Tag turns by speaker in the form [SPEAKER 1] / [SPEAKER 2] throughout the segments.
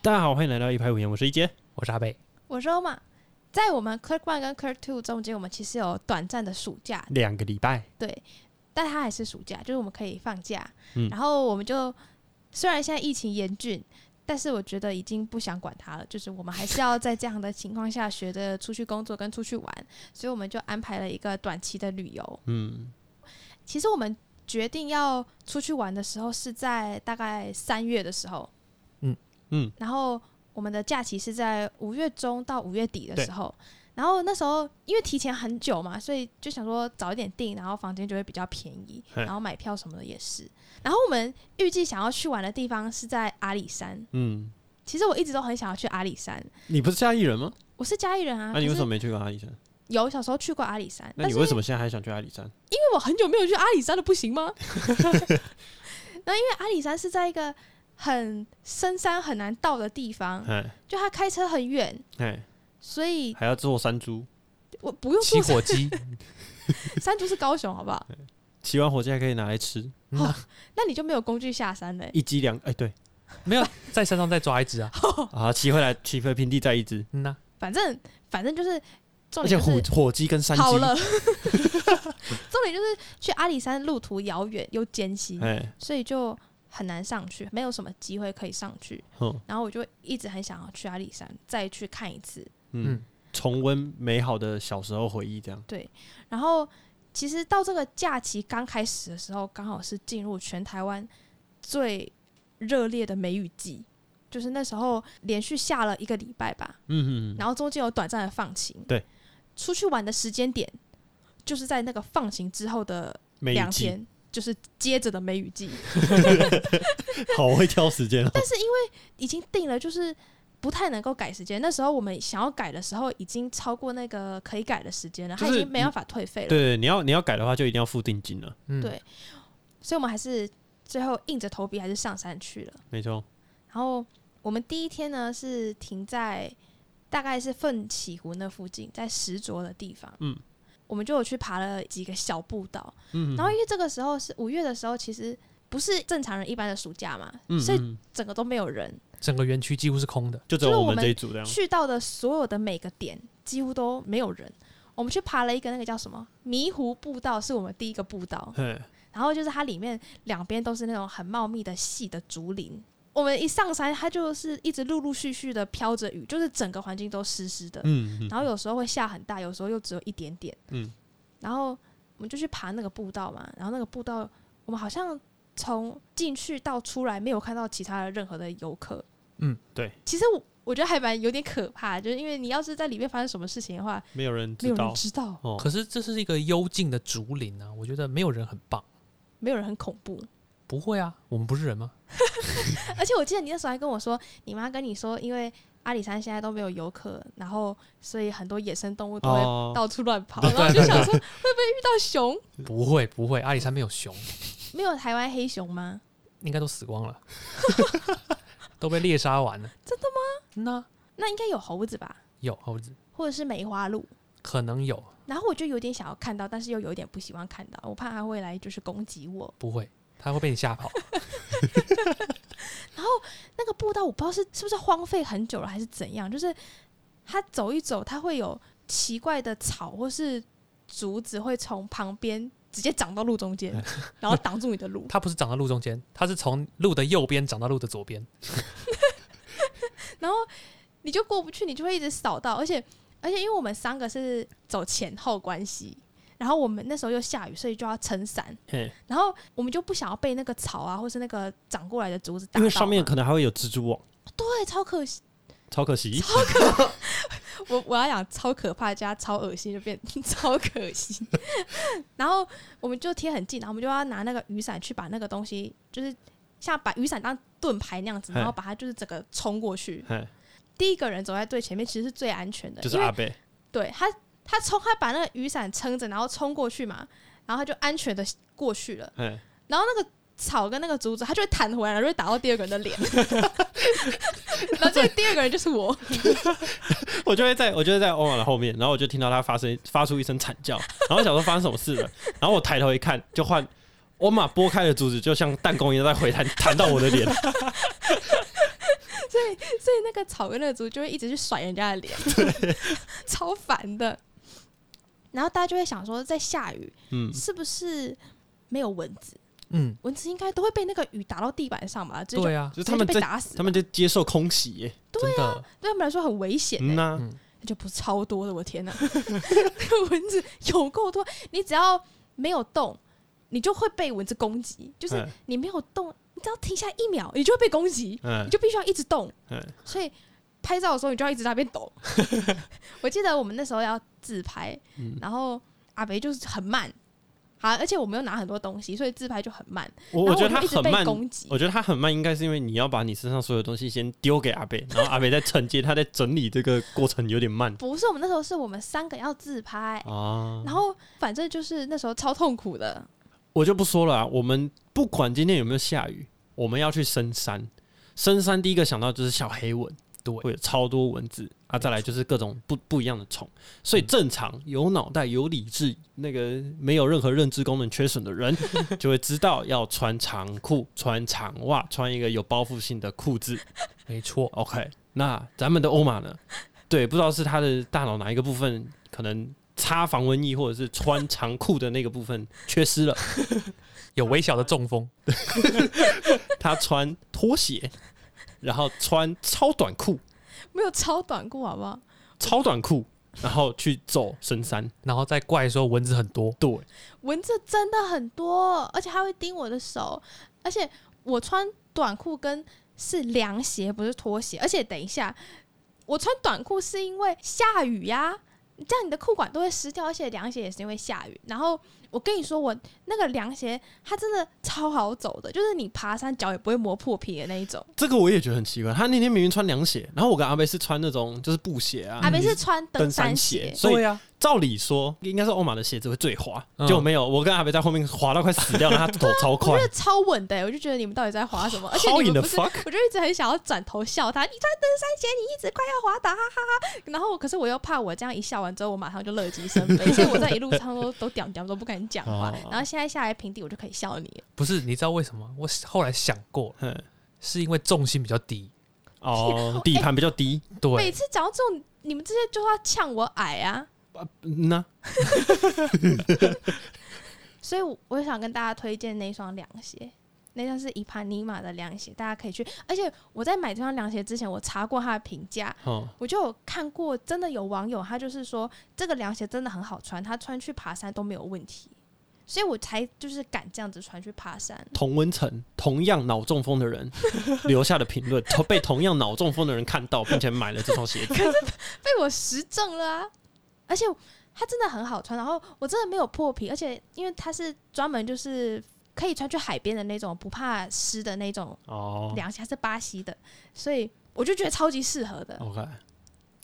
[SPEAKER 1] 大家好，欢迎来到一拍五言，我是一杰。
[SPEAKER 2] 我是阿贝，
[SPEAKER 3] 我说嘛，在我们 Clerk One 跟 Clerk Two 中间，我们其实有短暂的暑假，
[SPEAKER 1] 两个礼拜，
[SPEAKER 3] 对，但它还是暑假，就是我们可以放假。
[SPEAKER 1] 嗯
[SPEAKER 3] 然后我们就虽然现在疫情严峻，但是我觉得已经不想管它了，就是我们还是要在这样的情况下学着出去工作跟出去玩，所以我们就安排了一个短期的旅游。
[SPEAKER 1] 嗯，
[SPEAKER 3] 其实我们决定要出去玩的时候是在大概三月的时候，
[SPEAKER 2] 嗯
[SPEAKER 1] 嗯，
[SPEAKER 3] 然后我们的假期是在五月中到五月底的时候，然后那时候因为提前很久嘛，所以就想说早一点订，然后房间就会比较便宜，
[SPEAKER 1] 嘿
[SPEAKER 3] 然后买票什么的也是。然后我们预计想要去玩的地方是在阿里山，
[SPEAKER 1] 嗯，
[SPEAKER 3] 其实我一直都很想要去阿里山，
[SPEAKER 1] 你不是嘉义人吗？
[SPEAKER 3] 我是嘉义人啊，
[SPEAKER 1] 那、你
[SPEAKER 3] 可
[SPEAKER 1] 为
[SPEAKER 3] 是
[SPEAKER 1] 什么没去过阿里山？
[SPEAKER 3] 有小时候去过阿里山？
[SPEAKER 1] 那你为什么现在还想去阿里山？
[SPEAKER 3] 因为我很久没有去阿里山了，不行吗？ 那因为阿里山是在一个很深山很难到的地方，
[SPEAKER 1] 哎
[SPEAKER 3] 就它开车很远，
[SPEAKER 1] 哎，
[SPEAKER 3] 所以
[SPEAKER 1] 还要做山猪，
[SPEAKER 3] 我不用
[SPEAKER 2] 起
[SPEAKER 3] 坐
[SPEAKER 2] 火机，
[SPEAKER 3] 山猪是高雄，好不好？
[SPEAKER 1] 骑完火箭还可以拿来吃，
[SPEAKER 3] 那你就没有工具下山嘞、
[SPEAKER 1] 一鸡两哎对
[SPEAKER 2] 没有在山上再抓一只啊，
[SPEAKER 3] 哦
[SPEAKER 1] 啊，骑回来骑回平地再一只，
[SPEAKER 2] 嗯呐，
[SPEAKER 3] 反正反正就是重
[SPEAKER 1] 而且
[SPEAKER 3] 点就
[SPEAKER 1] 火
[SPEAKER 3] 哦是
[SPEAKER 1] 火鸡跟山鸡，
[SPEAKER 3] 好了， 重点就是去阿里山路途遥远又艰辛，
[SPEAKER 1] 哎，
[SPEAKER 3] 所以就很难上去，没有什么机会可以上去。
[SPEAKER 1] 哼
[SPEAKER 3] 然后我就一直很想要去阿里山再去看一次，
[SPEAKER 1] 嗯，
[SPEAKER 2] 嗯
[SPEAKER 1] 重温美好的小时候回忆，这样，
[SPEAKER 3] 然后其实到这个假期刚开始的时候，刚好是进入全台湾最热烈的梅雨季，就是那时候连续下了一个礼拜吧，
[SPEAKER 1] 嗯嗯
[SPEAKER 3] 然后中间有短暂的放晴。
[SPEAKER 1] 对，
[SPEAKER 3] 出去玩的时间点就是在那个放晴之后的
[SPEAKER 1] 梅雨
[SPEAKER 3] 两
[SPEAKER 1] 季，
[SPEAKER 3] 天。就是接着的梅雨季，
[SPEAKER 1] 好会挑时间哦，
[SPEAKER 3] 但是因为已经定了，就是不太能够改时间。那时候我们想要改的时候，已经超过那个可以改的时间了，
[SPEAKER 1] 就
[SPEAKER 3] 它
[SPEAKER 1] 是
[SPEAKER 3] 已经没办法退费了。
[SPEAKER 1] 对，你要你要改的话就一定要付定金了，
[SPEAKER 2] 嗯
[SPEAKER 3] 对所以我们还是最后硬着头皮还是上山去了。
[SPEAKER 1] 没错，
[SPEAKER 3] 然后我们第一天呢是停在大概是奋起湖那附近，在石卓的地方，
[SPEAKER 1] 嗯，
[SPEAKER 3] 我们就有去爬了几个小步道。
[SPEAKER 1] 嗯，
[SPEAKER 3] 然后因为这个时候是五月的时候，其实不是正常人一般的暑假嘛，
[SPEAKER 1] 嗯
[SPEAKER 3] 所以
[SPEAKER 1] 嗯嗯
[SPEAKER 3] 整个都没有人。
[SPEAKER 2] 整个园区几乎是空的，
[SPEAKER 1] 就只
[SPEAKER 3] 就
[SPEAKER 1] 有
[SPEAKER 3] 是
[SPEAKER 1] 我
[SPEAKER 3] 我
[SPEAKER 1] 们
[SPEAKER 3] 们
[SPEAKER 1] 这一组这样，
[SPEAKER 3] 去到的所有的每个点几乎都没有人。我们去爬了一个那个叫什么迷湖步道，是我们第一个步道。
[SPEAKER 1] 嘿，
[SPEAKER 3] 然后就是它里面两边都是那种很茂密的细的竹林。我们一上山，它就是一直陆陆续续的飘着雨，就是整个环境都湿湿的。
[SPEAKER 1] 嗯嗯
[SPEAKER 3] 然后有时候会下很大，有时候又只有一点点。
[SPEAKER 1] 嗯
[SPEAKER 3] 然后我们就去爬那个步道嘛，然后那个步道我们好像从进去到出来没有看到其他的任何的游客。
[SPEAKER 2] 嗯，
[SPEAKER 1] 对。
[SPEAKER 3] 其实我我觉得还蛮有点可怕，就是因为你要是在里面发生什么事情的话，
[SPEAKER 1] 没有人
[SPEAKER 3] 没
[SPEAKER 1] 知
[SPEAKER 3] 有人
[SPEAKER 1] 道
[SPEAKER 3] 知道，
[SPEAKER 1] 哦，
[SPEAKER 2] 可是这是一个幽静的竹林啊，我觉得没有人很棒，
[SPEAKER 3] 没有人很恐怖。
[SPEAKER 2] 不会啊，我们不是人吗？
[SPEAKER 3] 而且我记得你那时候还跟我说，你妈跟你说，因为阿里山现在都没有游客，然后所以很多野生动物都会
[SPEAKER 1] 哦，
[SPEAKER 3] 到处乱跑，
[SPEAKER 2] 对
[SPEAKER 3] 然后我就想说会不会遇到熊？
[SPEAKER 2] 不会不会，阿里山没有熊，
[SPEAKER 3] 没有台湾黑熊吗？
[SPEAKER 2] 应该都死光 了，都被猎杀完 了，
[SPEAKER 3] 真
[SPEAKER 2] 的吗？
[SPEAKER 3] 那应该有猴子吧，
[SPEAKER 2] 那有猴子，
[SPEAKER 3] 或者是梅花鹿。
[SPEAKER 2] 可能有，
[SPEAKER 3] 然后我就有点想要看到，但是又有点不喜欢看到，我怕它会来就是攻击我。
[SPEAKER 2] 不会，它会被你吓 跑，
[SPEAKER 3] 那个步道我不知道是是不是荒废很久了还是怎样，就是它走一走，它会有奇怪的草或是竹子会从旁边直接长到路中 间，然后挡住你的路。
[SPEAKER 2] 它不是长到路中间，它是从路的右边长到路的左边，
[SPEAKER 3] 然后你就过不去，你就会一直扫到，而且而且因为我们三个是走前后关系，然后我们那时候又下雨，所以就要撑伞，
[SPEAKER 1] 嘿
[SPEAKER 3] 然后我们就不想要被那个草啊，或是那个长过来的竹子打
[SPEAKER 1] 因为
[SPEAKER 3] 到
[SPEAKER 1] 上面
[SPEAKER 3] 嘛
[SPEAKER 1] 可能还会有蜘蛛网，
[SPEAKER 3] 对，超可惜，
[SPEAKER 1] 超可 惜。
[SPEAKER 3] 我我要讲超可怕加超恶心，就变超可惜。然后我们就贴很近，然后我们就要拿那个雨伞去把那个东西，就是像把雨伞当盾牌那样子，
[SPEAKER 1] 嘿
[SPEAKER 3] 然后把它就是整个冲过去。
[SPEAKER 1] 嘿，第
[SPEAKER 3] 第一个人走在最前面其实是最安全 的，
[SPEAKER 1] 就是
[SPEAKER 3] 因为
[SPEAKER 1] 阿贝，
[SPEAKER 3] 对他，他冲，他把那个雨伞撑着，然后冲过去嘛，然后他就安全的过去了。
[SPEAKER 1] 嘿，
[SPEAKER 3] 然后那个草跟那个竹子，他就会弹回来，然后就会打到第二个人的脸， 然后这个第二个人就是我，
[SPEAKER 1] 我就会在我就会在欧阳的后面，然后我就听到他发生发出一声惨叫， 然后想说发生什么事了，然后我抬头一看，就换 欧玛拨开了竹子，就像弹弓一样在回弹弹到我的脸，
[SPEAKER 3] 所以那个草原的族就会一直去甩人家的脸， 超烦的。然后大家就会想说，在下雨
[SPEAKER 1] 嗯，
[SPEAKER 3] 是不是没有蚊子？
[SPEAKER 2] 嗯，
[SPEAKER 3] 蚊子应该都会被那个雨打到地板上吧？直接就
[SPEAKER 2] 对啊，
[SPEAKER 1] 就是
[SPEAKER 3] 直
[SPEAKER 1] 他
[SPEAKER 3] 接就
[SPEAKER 1] 们
[SPEAKER 3] 被
[SPEAKER 1] 在
[SPEAKER 3] 打死，
[SPEAKER 1] 他们在接受空袭耶，
[SPEAKER 2] 真的，
[SPEAKER 3] 对他们来说很危险欸
[SPEAKER 1] 嗯
[SPEAKER 3] 呢、
[SPEAKER 1] 呐，
[SPEAKER 3] 那就不是超多的，我天哪， 那个蚊子有够多，你只要没有动，你就会被蚊子攻击，就是
[SPEAKER 1] 嗯
[SPEAKER 3] 你没有动，你只要停下一秒，你就会被攻击，你
[SPEAKER 1] 嗯
[SPEAKER 3] 就必须要一直动，
[SPEAKER 1] 嗯
[SPEAKER 3] 所以拍照的时候你就要一直在那 边抖。我记得我们那时候要自拍，
[SPEAKER 1] 嗯，
[SPEAKER 3] 然后阿北就是很慢，好，而且我没有拿很多东西，所以自拍就很慢，
[SPEAKER 1] 我
[SPEAKER 3] 然
[SPEAKER 1] 我
[SPEAKER 3] 后
[SPEAKER 1] 觉得
[SPEAKER 3] 就
[SPEAKER 1] 他
[SPEAKER 3] 一直
[SPEAKER 1] 很
[SPEAKER 3] 被
[SPEAKER 1] 慢。
[SPEAKER 3] 攻击
[SPEAKER 1] 我。觉得他很慢，应该是因为你要把你身上所有东西先丢给阿北， 然后阿北在承接，他在整理这个过程有点慢
[SPEAKER 3] 不是，我们那时候是我们三个要自拍，
[SPEAKER 1] 啊。
[SPEAKER 3] 然后反正就是那时候超痛苦的，
[SPEAKER 1] 我就不说了啊，我们不管今天有没有下雨，我们要去深山。深山第一个想到就是小黑蚊，
[SPEAKER 2] 对啊
[SPEAKER 1] 会有超多蚊子啊，再来就是各种不不一样的虫。所以正常有脑袋、有理智、那个没有任何认知功能缺损的人，就会知道要穿长裤、穿长袜、穿一个有包覆性的裤子。
[SPEAKER 2] 没错，
[SPEAKER 1] OK，那咱们的欧 玛呢？对，不知道是他的大脑哪一个部分可能擦防蚊液或者是穿长裤的那个部分缺失 了，
[SPEAKER 2] 有微小的中风，
[SPEAKER 1] 他穿拖鞋，然后穿超短裤、
[SPEAKER 3] 没有超短裤好不好？
[SPEAKER 1] 超短裤，然后去走深山。
[SPEAKER 2] 然后再怪说蚊子很多，
[SPEAKER 1] 对，
[SPEAKER 3] 蚊子真的很多，而且它会叮我的手，而且我穿短裤跟是凉鞋，不是拖鞋。而且等一下，我穿短裤是因为下雨呀、这样你的裤管都会湿掉，而且凉鞋也是因为下雨。然后我跟你说，我那个凉鞋它真的超好走的，就是你爬山脚也不会磨破皮的那一种。
[SPEAKER 1] 这个我也觉得很奇怪。他那天明明穿凉鞋，然后我跟阿贝是穿那种就是布鞋啊，
[SPEAKER 3] 阿北是穿
[SPEAKER 1] 登
[SPEAKER 3] 山
[SPEAKER 1] 山鞋，所以
[SPEAKER 2] 对啊，
[SPEAKER 1] 照理说应该是欧玛的鞋子会最滑，
[SPEAKER 2] 嗯
[SPEAKER 1] 就没有。我跟阿贝在后面滑到快死掉，然后他走超
[SPEAKER 3] 我
[SPEAKER 1] 快
[SPEAKER 3] 觉得。超稳的、我就觉得你们到底在滑什么？而且
[SPEAKER 1] How
[SPEAKER 3] 你
[SPEAKER 1] in
[SPEAKER 3] 们
[SPEAKER 1] the
[SPEAKER 3] 不是，
[SPEAKER 1] fuck？
[SPEAKER 3] 我就一直很想要转头笑他。你穿登山鞋，你一直快要滑倒，哈哈哈！然后，可是我又怕我这样一笑完之后，我马上就乐极生 悲，所以我在一路上都都屌屌都不敢讲话
[SPEAKER 1] 哦。
[SPEAKER 3] 然后现在下来平地，我就可以笑你了。
[SPEAKER 2] 不是，你知道为什么？我后来想过，
[SPEAKER 1] 嗯
[SPEAKER 2] 是因为重心比较低，
[SPEAKER 1] 哦，底盘比较低，
[SPEAKER 3] 每
[SPEAKER 2] 对，
[SPEAKER 3] 次讲到这种，你们这些就要呛我矮啊！
[SPEAKER 1] 嗯呐，
[SPEAKER 3] 所以我，我想跟大家推荐那双凉鞋，那双是伊潘尼玛的凉鞋，大家可以去。而且我在买这双凉鞋之前，我查过它的评价，
[SPEAKER 1] 哦，
[SPEAKER 3] 我就有看过，真的有网友他就是说这个凉鞋真的很好穿，他穿去爬山都没有问题，所以我才就是敢这样子穿去爬山。
[SPEAKER 1] 同温层同样脑中风的 人留下的评论，同被同样脑中风的人看到，并且买了这双鞋子。
[SPEAKER 3] 被我实证了啊！而且它真的很好穿，然后我真的没有破皮，而且因为它是专门就是可以穿去海边的那种不怕湿的那种
[SPEAKER 1] 哦
[SPEAKER 3] 凉鞋，它是巴西的，所以我就觉得超级适合的。
[SPEAKER 1] ，OK，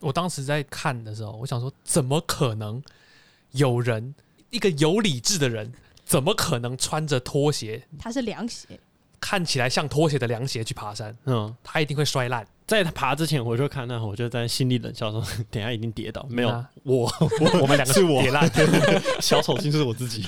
[SPEAKER 2] 我当时在看的时候，我想说，怎么可能有人一个有理智的人，怎么可能穿着拖鞋，
[SPEAKER 3] 它是凉鞋，
[SPEAKER 2] 看起来像拖鞋的凉鞋去爬山？
[SPEAKER 1] 嗯，
[SPEAKER 2] 他一定会摔烂。
[SPEAKER 1] 在他爬之前我就看那，我就在心里冷笑说：“等一下一定跌倒。”没有，
[SPEAKER 2] 啊
[SPEAKER 1] 我我我们两个是我跌 烂，小丑竟是我自己。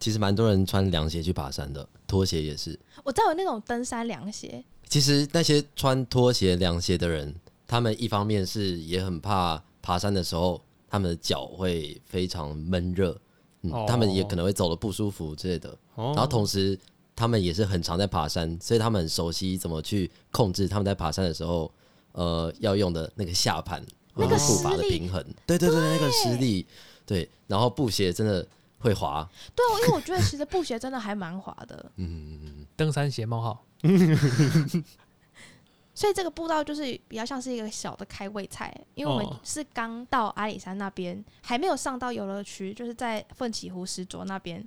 [SPEAKER 4] 其实蛮多人穿凉鞋去爬山的，拖鞋也是。
[SPEAKER 3] 我知道有那种登山凉鞋，
[SPEAKER 4] 其实那些穿拖鞋、凉鞋的人，他们一方面是也很怕爬山的时候，他们的脚会非常闷热，嗯，
[SPEAKER 1] 哦
[SPEAKER 4] 他们也可能会走的不舒服之类的。
[SPEAKER 1] 哦
[SPEAKER 4] 然后同时，他们也是很常在爬山，所以他们很熟悉怎么去控制他们在爬山的时候，呃，要用的那个下盘
[SPEAKER 3] 那
[SPEAKER 4] 或
[SPEAKER 3] 个
[SPEAKER 4] 者步伐
[SPEAKER 3] 实
[SPEAKER 4] 的
[SPEAKER 3] 力
[SPEAKER 4] 平衡。对对对，那个实力，对。然后布鞋真的会滑，
[SPEAKER 3] 对啊，因为我觉得其实布鞋真的还蛮滑的。
[SPEAKER 2] 登山鞋冒号，
[SPEAKER 3] 所以这个步道就是比较像是一个小的开胃菜，因为我们
[SPEAKER 1] 哦
[SPEAKER 3] 是刚到阿里山那边，还没有上到游乐区，就是在奋起湖石卓那边。
[SPEAKER 1] 嗯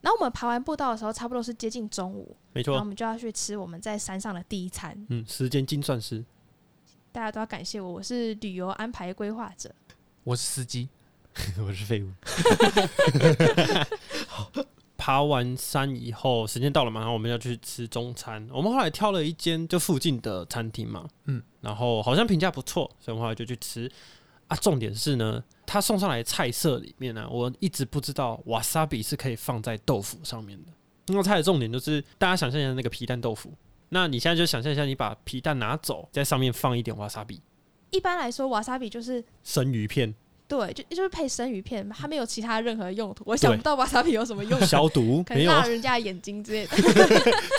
[SPEAKER 3] 然后我们爬完步道的时候，差不多是接近中午，
[SPEAKER 1] 没
[SPEAKER 3] 然后我
[SPEAKER 1] 错，
[SPEAKER 3] 们就要去吃我们在山上的第一餐。
[SPEAKER 1] 嗯，时间精算师，
[SPEAKER 3] 大家都要感谢我，我是旅游安排规划者。
[SPEAKER 2] 我是司机，
[SPEAKER 1] 我是废物。爬完山以后，时间到了嘛，然后我们要去吃中餐。我们后来挑了一间就附近的餐厅嘛，
[SPEAKER 2] 嗯
[SPEAKER 1] 嗯，然后好像评价不错，所以我们后来就去吃。啊，重点是呢，他送上来的菜色里面呢、啊我一直不知道瓦萨比是可以放在豆腐上面的。那菜的重点就是大家想象一下那个皮蛋豆腐，那你现在就想象一下，你把皮蛋拿走，在上面放一点瓦萨比
[SPEAKER 3] 一般来说，瓦萨比就是
[SPEAKER 1] 生鱼片，
[SPEAKER 3] 对，就就是配生鱼片，它没有其他任何用途。我想不到瓦萨比有什么用途，
[SPEAKER 1] 消毒
[SPEAKER 3] 可能
[SPEAKER 1] 没有啊
[SPEAKER 3] 辣人家的眼睛之类的。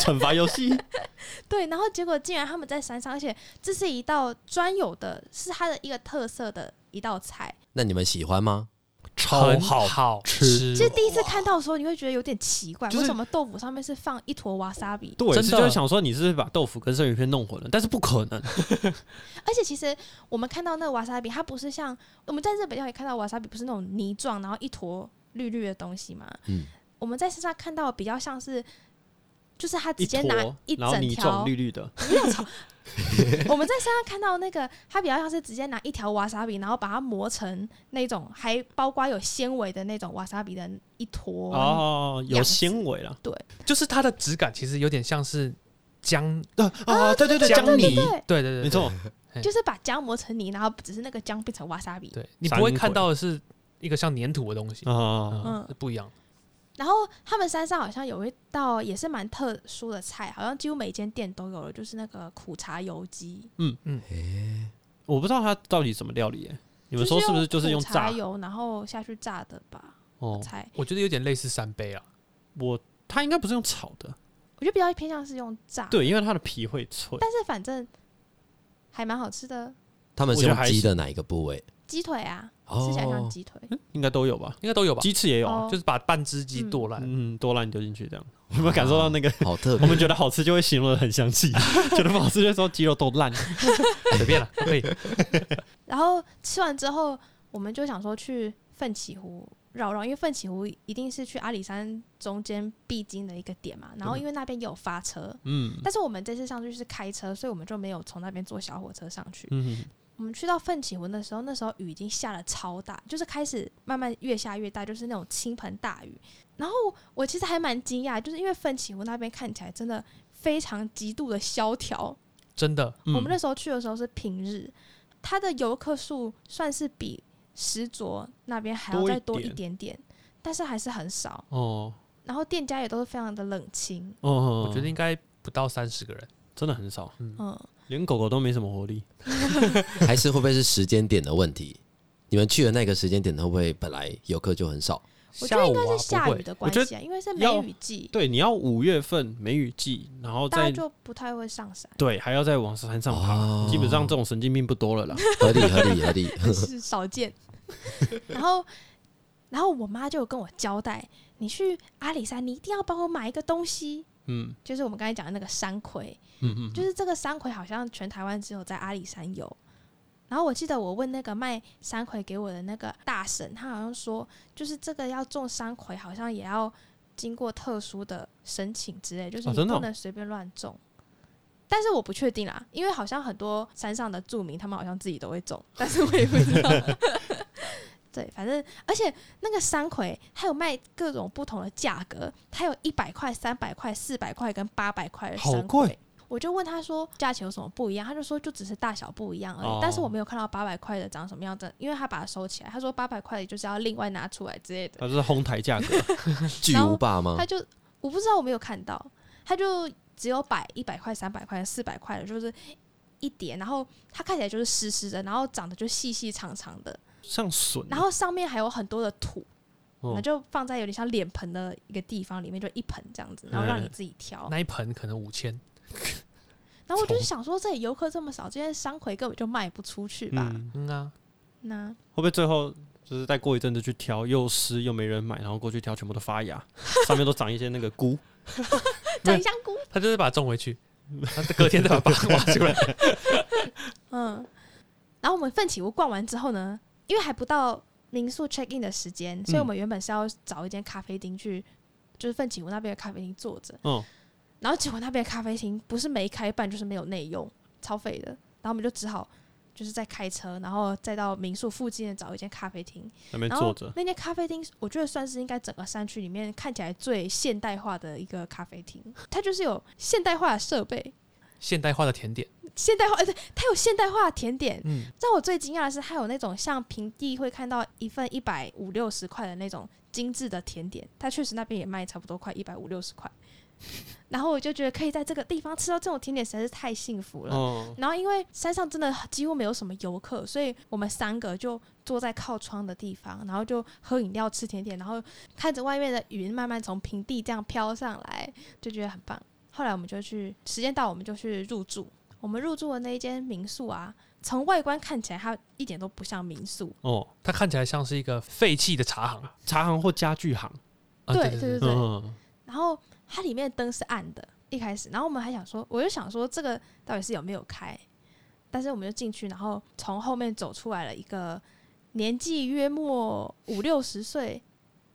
[SPEAKER 1] 惩罚游戏，
[SPEAKER 3] 对，然后结果竟然他们在山上，而且这是一道专有的，是它的一个特色的一道菜。
[SPEAKER 4] 那你们喜欢吗？
[SPEAKER 1] 超
[SPEAKER 2] 很
[SPEAKER 1] 好。
[SPEAKER 2] 好
[SPEAKER 1] 吃
[SPEAKER 3] 其实第一次看到的时候，你会觉得有点奇怪，
[SPEAKER 1] 就是
[SPEAKER 3] 为什么豆腐上面是放一坨瓦萨比？
[SPEAKER 1] 对，
[SPEAKER 2] 真的
[SPEAKER 1] 是就是想说你是不是把豆腐跟生鱼片弄混了，但是不可能。
[SPEAKER 3] 而且其实我们看到那个瓦萨比，它不是像我们在日本料理看到瓦萨比，不是那种泥状，然后一坨绿绿的东西嘛？
[SPEAKER 4] 嗯，
[SPEAKER 3] 我们在身上看到比较像是，就是它直
[SPEAKER 1] 一
[SPEAKER 3] 接拿
[SPEAKER 1] 坨，
[SPEAKER 3] 一
[SPEAKER 1] 然后
[SPEAKER 3] 整
[SPEAKER 1] 泥
[SPEAKER 3] 条
[SPEAKER 1] 状，绿绿的，
[SPEAKER 3] 不要吵。 我们在身上看到那个，它比较像是直接拿一条瓦萨比，然后把它磨成那种还包括有纤维的那种瓦萨比的一坨。
[SPEAKER 1] 哦，有
[SPEAKER 3] 样子
[SPEAKER 1] 纤维啦。
[SPEAKER 2] 就是它的质感其实有点像是姜，
[SPEAKER 1] 啊啊，对对对，
[SPEAKER 2] 姜
[SPEAKER 1] 姜
[SPEAKER 2] 泥
[SPEAKER 1] 泥，
[SPEAKER 3] 对，
[SPEAKER 2] 对对对，
[SPEAKER 1] 没错，
[SPEAKER 3] 就是把姜磨成泥，然后只是那个姜变成瓦萨比。
[SPEAKER 2] 对，对你
[SPEAKER 1] 三
[SPEAKER 2] 不会
[SPEAKER 1] 鬼
[SPEAKER 2] 看到的是一个像粘土的东西，
[SPEAKER 1] 啊，
[SPEAKER 2] 嗯
[SPEAKER 3] 嗯，
[SPEAKER 2] 不一样。
[SPEAKER 3] 然后他们山上好像有一道也是蛮特殊的菜，好像几乎每间店都有了，就是那个苦茶油鸡。
[SPEAKER 1] 我不知道它到底怎么料理耶，你
[SPEAKER 3] 你
[SPEAKER 1] 们说是不是就是用
[SPEAKER 3] 苦茶
[SPEAKER 1] 炸？
[SPEAKER 3] 油，然后下去炸的吧？
[SPEAKER 1] 哦，
[SPEAKER 3] 菜，
[SPEAKER 2] 我觉得有点类似三杯啊，
[SPEAKER 1] 我它应该不是用炒的，
[SPEAKER 3] 我觉得比较偏向是用炸，
[SPEAKER 1] 对，因为它的皮会脆。
[SPEAKER 3] 但是反正还蛮好吃的。
[SPEAKER 4] 他们是
[SPEAKER 1] 我觉得
[SPEAKER 4] 用
[SPEAKER 1] 还
[SPEAKER 4] 鸡
[SPEAKER 1] 是
[SPEAKER 4] 的哪一个部位？
[SPEAKER 3] 鸡腿啊，
[SPEAKER 4] 哦
[SPEAKER 3] 吃起来像鸡腿。
[SPEAKER 1] 应该都有吧，
[SPEAKER 2] 应该都有吧？
[SPEAKER 1] 鸡翅也有啊，
[SPEAKER 3] 哦
[SPEAKER 2] 就是把半只鸡
[SPEAKER 3] 嗯
[SPEAKER 2] 剁烂，
[SPEAKER 1] 嗯，多烂丢进去这样， 有没有感受到那个？
[SPEAKER 4] 好特
[SPEAKER 1] 我
[SPEAKER 4] 别。
[SPEAKER 1] 们觉得好吃就会形容的很详细， 觉得不好吃就说鸡肉都烂。
[SPEAKER 2] 随便了，可以。
[SPEAKER 3] 然后吃完之后，我们就想说去奋起湖绕绕，因为奋起湖一定是去阿里山中间必经的一个点嘛。然后因为那边也有发车，
[SPEAKER 1] 嗯
[SPEAKER 3] 但是我们这次上去是开车，所以我们就没有从那边坐小火车上去。
[SPEAKER 1] 嗯，
[SPEAKER 3] 我们去到奋起湖的时候，那时候雨已经下了超大，就是开始慢慢越下越大，就是那种倾盆大雨。然后我其实还蛮惊讶，就是因为奋起湖那边看起来真的非常极度的萧条，
[SPEAKER 2] 真的，
[SPEAKER 1] 嗯
[SPEAKER 3] 我们那时候去的时候是平日，它的游客数算是比石卓那边还要再
[SPEAKER 1] 多
[SPEAKER 3] 多
[SPEAKER 1] 一
[SPEAKER 3] 一
[SPEAKER 1] 点
[SPEAKER 3] 点点，但是还是很少。
[SPEAKER 1] 哦
[SPEAKER 3] 然后店家也都是非常的冷清，
[SPEAKER 1] 哦，
[SPEAKER 2] 我觉得应该不到三十个人。
[SPEAKER 1] 真的很少，
[SPEAKER 3] 嗯，
[SPEAKER 1] 连狗狗都没什么活力。
[SPEAKER 4] 还是会不会是时间点的问题？你们去的那个时间点会不会本来游客就很少？
[SPEAKER 3] 我觉得
[SPEAKER 2] 下
[SPEAKER 3] 应
[SPEAKER 2] 午
[SPEAKER 3] 该是
[SPEAKER 2] 啊，
[SPEAKER 3] 下
[SPEAKER 2] 不
[SPEAKER 3] 雨
[SPEAKER 2] 会，
[SPEAKER 3] 的
[SPEAKER 1] 我
[SPEAKER 3] 关
[SPEAKER 1] 觉得
[SPEAKER 3] 系啊，因为是
[SPEAKER 1] 要
[SPEAKER 3] 梅雨季，
[SPEAKER 1] 对，你要五月份梅雨季，然后
[SPEAKER 3] 大家
[SPEAKER 1] 再，
[SPEAKER 3] 就不太会上山
[SPEAKER 1] 对还要再往山上
[SPEAKER 4] 哦
[SPEAKER 1] 爬，基本上这种神经病不多了啦。
[SPEAKER 4] 合理合理合理。
[SPEAKER 3] 是少见。 然后，然后我妈就有跟我交代，你去阿里山，你一定要帮我买一个东西，
[SPEAKER 1] 嗯
[SPEAKER 3] 就是我们刚才讲的那个山葵。
[SPEAKER 1] 嗯嗯，
[SPEAKER 3] 就是这个山葵好像全台湾只有在阿里山有。然后我记得我问那个卖山葵给我的那个大神，他好像说，就是这个要种山葵，好像也要经过特殊的申请之类，就是
[SPEAKER 1] 哦
[SPEAKER 3] 你
[SPEAKER 1] 真的哦
[SPEAKER 3] 不能随便乱种。但是我不确定啦，因为好像很多山上的住民，他们好像自己都会种，但是我也不知道。 对，反正而且那个山葵还有卖各种不同的价格，它有一百块、三百块、四百块跟八百块的
[SPEAKER 1] 好
[SPEAKER 3] 山葵
[SPEAKER 1] 贵。
[SPEAKER 3] 我就问他说价钱有什么不一样，他就说就只是大小不一样而已。
[SPEAKER 1] 哦
[SPEAKER 3] 但是我没有看到八百块的长什么样子，因为他把它收起来。他说八百块就是要另外拿出来之类的。
[SPEAKER 1] 它就是哄抬价格。
[SPEAKER 4] 巨无霸吗
[SPEAKER 1] 嗯
[SPEAKER 3] 他？就我不知道我没有看到，他就只有摆一百块、三百块、四百块的，就是一叠，然后它看起来就是湿湿的，然后长得就细细长长的，
[SPEAKER 1] 像笋，
[SPEAKER 3] 然后上面还有很多的土，
[SPEAKER 1] 哦
[SPEAKER 3] 那就放在有点像脸盆的一个地方，里面就一盆这样子，然后
[SPEAKER 1] 哎
[SPEAKER 3] 让你自己挑。
[SPEAKER 2] 那一盆可能五千，
[SPEAKER 3] 然后我就想说，这里游客这么少，这些山葵根本就卖不出去吧？
[SPEAKER 1] 嗯，
[SPEAKER 2] 嗯啊，
[SPEAKER 3] 那
[SPEAKER 1] 会不会最后就是再过一阵子去挑，又湿又没人买，然后过去挑，全部都发 芽，上面都长一些那个菇，
[SPEAKER 3] 长香菇，
[SPEAKER 2] 他就是把它种 回去，他隔天再把它挖出来。
[SPEAKER 3] 嗯。然后我们奋起屋逛完之后呢，因为还不到民宿 check in 的时间，
[SPEAKER 1] 嗯
[SPEAKER 3] 所以我们原本是要找一间咖啡厅去，就是奋起屋那边的咖啡厅坐着。
[SPEAKER 1] 嗯，
[SPEAKER 3] 然后结果那边的咖啡厅不是没开办，就是没有内用，超废的。然后我们就只好就是在开车，然后再到民宿附近的找一间咖啡厅。
[SPEAKER 1] 那边
[SPEAKER 3] 然
[SPEAKER 1] 坐
[SPEAKER 3] 后
[SPEAKER 1] 着。
[SPEAKER 3] 那间咖啡厅，我觉得算是应该整个山区里面看起来最现代化的一个咖啡厅。它就是有现代化的设备，
[SPEAKER 2] 现代化的甜点，
[SPEAKER 3] 现代化，呃对，它有现代化的甜点。
[SPEAKER 2] 嗯，
[SPEAKER 3] 让我最惊讶的是，它有那种像平地会看到一份一百五六十块的那种精致的甜点，它确实那边也卖差不多快一百五六十块。然后我就觉得可以在这个地方吃到这种甜点实在是太幸福了。
[SPEAKER 1] 哦，
[SPEAKER 3] 然后因为山上真的几乎没有什么游客，所以我们三个就坐在靠窗的地方，然后就喝饮料、吃甜点，然后看着外面的云慢慢从平地这样飘上来，就觉得很棒。后来我们就去，时间到我们就去入住。我们入住的那一间民宿啊，从外观看起来它一点都不像民宿，
[SPEAKER 1] 哦，
[SPEAKER 2] 它看起来像是一个废弃的茶行。
[SPEAKER 1] 茶行或家具行，
[SPEAKER 2] 啊、
[SPEAKER 3] 对
[SPEAKER 2] 对
[SPEAKER 3] 对
[SPEAKER 1] 嗯嗯，
[SPEAKER 3] 然后它里面的灯是暗的，一开始，然后我们还想说，我就想说这个到底是有没有开，但是我们就进去，然后从后面走出来了一个年纪约莫五六十岁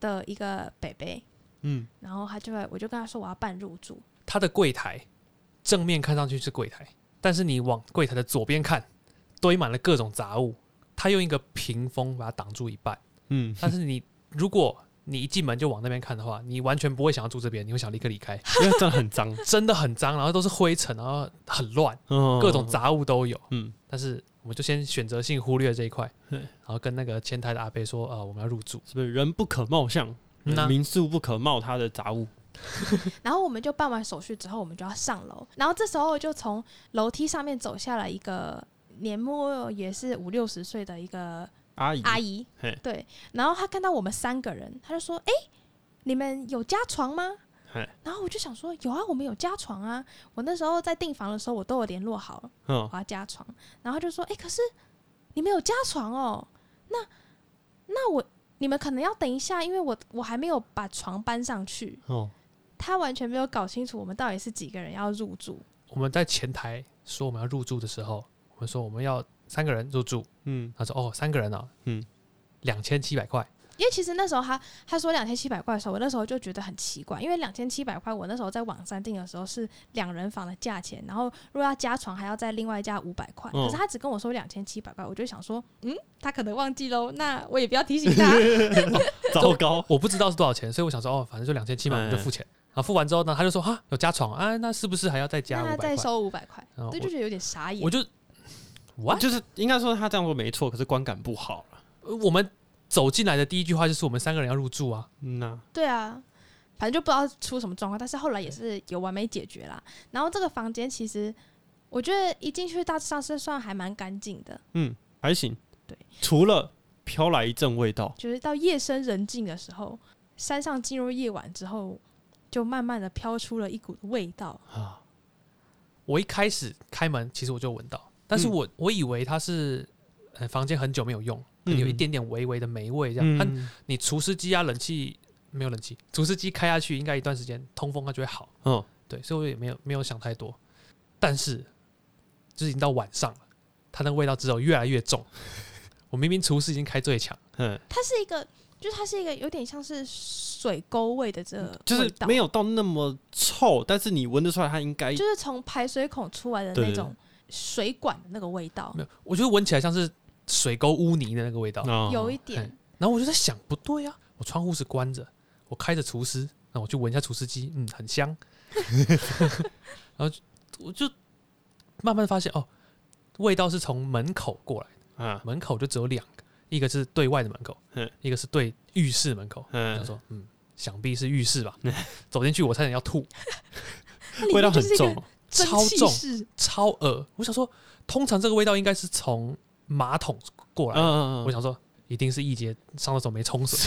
[SPEAKER 3] 的一个北北，
[SPEAKER 1] 嗯，
[SPEAKER 3] 然后他就会，我就跟他说我要办入住，
[SPEAKER 2] 它的柜台正面看上去是柜台，但是你往柜台的左边看，堆满了各种杂物。它用一个屏风把它挡住一半，
[SPEAKER 1] 嗯，
[SPEAKER 2] 但是你如果你一进门就往那边看的话，你完全不会想要住这边，你会想立刻 离开，
[SPEAKER 1] 因为真的很脏，
[SPEAKER 2] 真的很脏，然后都是灰尘，然后很乱，
[SPEAKER 1] 哦
[SPEAKER 2] 各种，杂物都有。
[SPEAKER 1] 嗯，
[SPEAKER 2] 但是我们就先选择性忽略这一块，
[SPEAKER 1] 对
[SPEAKER 2] 然后跟那个前台的阿贝说，呃，我们要入住。
[SPEAKER 1] 是不是人不可貌相，
[SPEAKER 2] 嗯呐
[SPEAKER 1] 民宿不可貌他的杂物，
[SPEAKER 3] 然后我们就办完手续之后，我们就要上楼，然后这时候就从楼梯上面走下来一个年末也是五六十岁的一个
[SPEAKER 1] 阿姨，
[SPEAKER 3] 阿姨
[SPEAKER 1] 嘿，
[SPEAKER 3] 对，然后她看到我们三个人，她就说：“哎、你们有加床吗
[SPEAKER 1] 嘿？”
[SPEAKER 3] 然后我就想说：“有啊，我们有加床啊。”我那时候在订房的时候，我都有联络好了，
[SPEAKER 1] 嗯
[SPEAKER 3] 我要加床。然后她就说：“哎、可是你们有加床哦，那那我你们可能要等一下，因为我我还没有把床搬上去。
[SPEAKER 1] 哦，”
[SPEAKER 3] 她完全没有搞清楚我们到底是几个人要入住。
[SPEAKER 2] 我们在前台说我们要入住的时候，我们说我们要三个人入住，
[SPEAKER 1] 嗯，
[SPEAKER 2] 他说哦，三个人啊，
[SPEAKER 1] 嗯，
[SPEAKER 2] 两千七百块，
[SPEAKER 3] 因为其实那时候他他说两千七百块的时候，我那时候就觉得很奇怪，因为两千七百块我那时候在网上订的时候是两人房的价钱，然后如果要加床还要再另外加五百块，
[SPEAKER 1] 嗯
[SPEAKER 3] 可是他只跟我说两千七百块，我就想说，嗯，他可能忘记喽，那我也不要提 醒他。
[SPEAKER 1] 糟糕，
[SPEAKER 2] 我不知道是多少钱，所以我想说哦，反正就两千七嘛，我们就付钱。
[SPEAKER 1] 哎
[SPEAKER 2] 然后付完之后呢，他就说哈有加床啊，那是不是还要再加
[SPEAKER 3] 那
[SPEAKER 2] 五
[SPEAKER 3] 啊他
[SPEAKER 2] 百块
[SPEAKER 3] 再？收五百块
[SPEAKER 2] 嗯，
[SPEAKER 3] 对，
[SPEAKER 2] 我
[SPEAKER 3] 就觉得有点傻眼
[SPEAKER 2] 我。就 what？
[SPEAKER 1] 就是应该说他这样说没错，可是观感不好啊了，
[SPEAKER 2] 呃我们走进来的第一句话就是我们三个人要入住啊，
[SPEAKER 1] 嗯呐，
[SPEAKER 3] 对啊，反正就不知道出什么状况，但是后来也是有完美解决啦。然后这个房间其实我觉得一进去大致上是算还蛮干净的，
[SPEAKER 1] 嗯，还行，
[SPEAKER 3] 对，
[SPEAKER 1] 除了飘来一阵味道，
[SPEAKER 3] 就是到夜深人静的时候，山上进入夜晚之后，就慢慢的飘出了一股味道。
[SPEAKER 2] 我一开始开门，其实我就闻到，但是
[SPEAKER 1] 嗯
[SPEAKER 2] 我、我以为它是呃房间很久没有用，可能有一
[SPEAKER 1] 嗯
[SPEAKER 2] 点点微微的霉味这样。它
[SPEAKER 1] 嗯，
[SPEAKER 2] 你除湿机啊，冷气没有冷气，除湿机开下去应该一段时间通风它啊就会好，
[SPEAKER 1] 哦，
[SPEAKER 2] 对，所以我也没有没有想太多。但是就是已经到晚上了，它那个味道只有越来越重。 我明明除湿已经开最强，
[SPEAKER 1] 嗯，
[SPEAKER 3] 它是一个，就是它是一个有点像是水沟味的这个
[SPEAKER 1] 嗯就是
[SPEAKER 3] 味道
[SPEAKER 1] 没有到那么臭，但是你闻得出来，它应该
[SPEAKER 3] 就是从排水孔出来的
[SPEAKER 1] 对
[SPEAKER 3] 那种水管的那个味道，
[SPEAKER 2] 没有，我觉得闻起来像是水沟污泥的那个味道。
[SPEAKER 1] 哦
[SPEAKER 3] 有一点
[SPEAKER 2] 嘿。然后我就在想，不对啊，我窗户是关着，我开着除湿，那我去闻一下除湿机，嗯，很香。 然后就我就慢慢发现，哦，味道是从门口过来的，
[SPEAKER 1] 啊，
[SPEAKER 2] 门口就只有两个，一个是对外的门口
[SPEAKER 1] 嗯，
[SPEAKER 2] 一个是对浴室门口。他
[SPEAKER 1] 嗯，
[SPEAKER 2] 说，嗯，想必是浴室吧。走进去，我差点要吐，
[SPEAKER 3] 它里
[SPEAKER 1] 味道
[SPEAKER 3] 面就
[SPEAKER 1] 很
[SPEAKER 3] 是一
[SPEAKER 1] 重
[SPEAKER 3] 个
[SPEAKER 1] 哦，
[SPEAKER 3] 蒸
[SPEAKER 2] 超
[SPEAKER 3] 汽
[SPEAKER 2] 重
[SPEAKER 3] 室，
[SPEAKER 2] 超恶。我想说，通常这个味道应该是从马桶过来的，
[SPEAKER 1] 嗯
[SPEAKER 2] 我想说，一定是一杰上厕所没 冲水，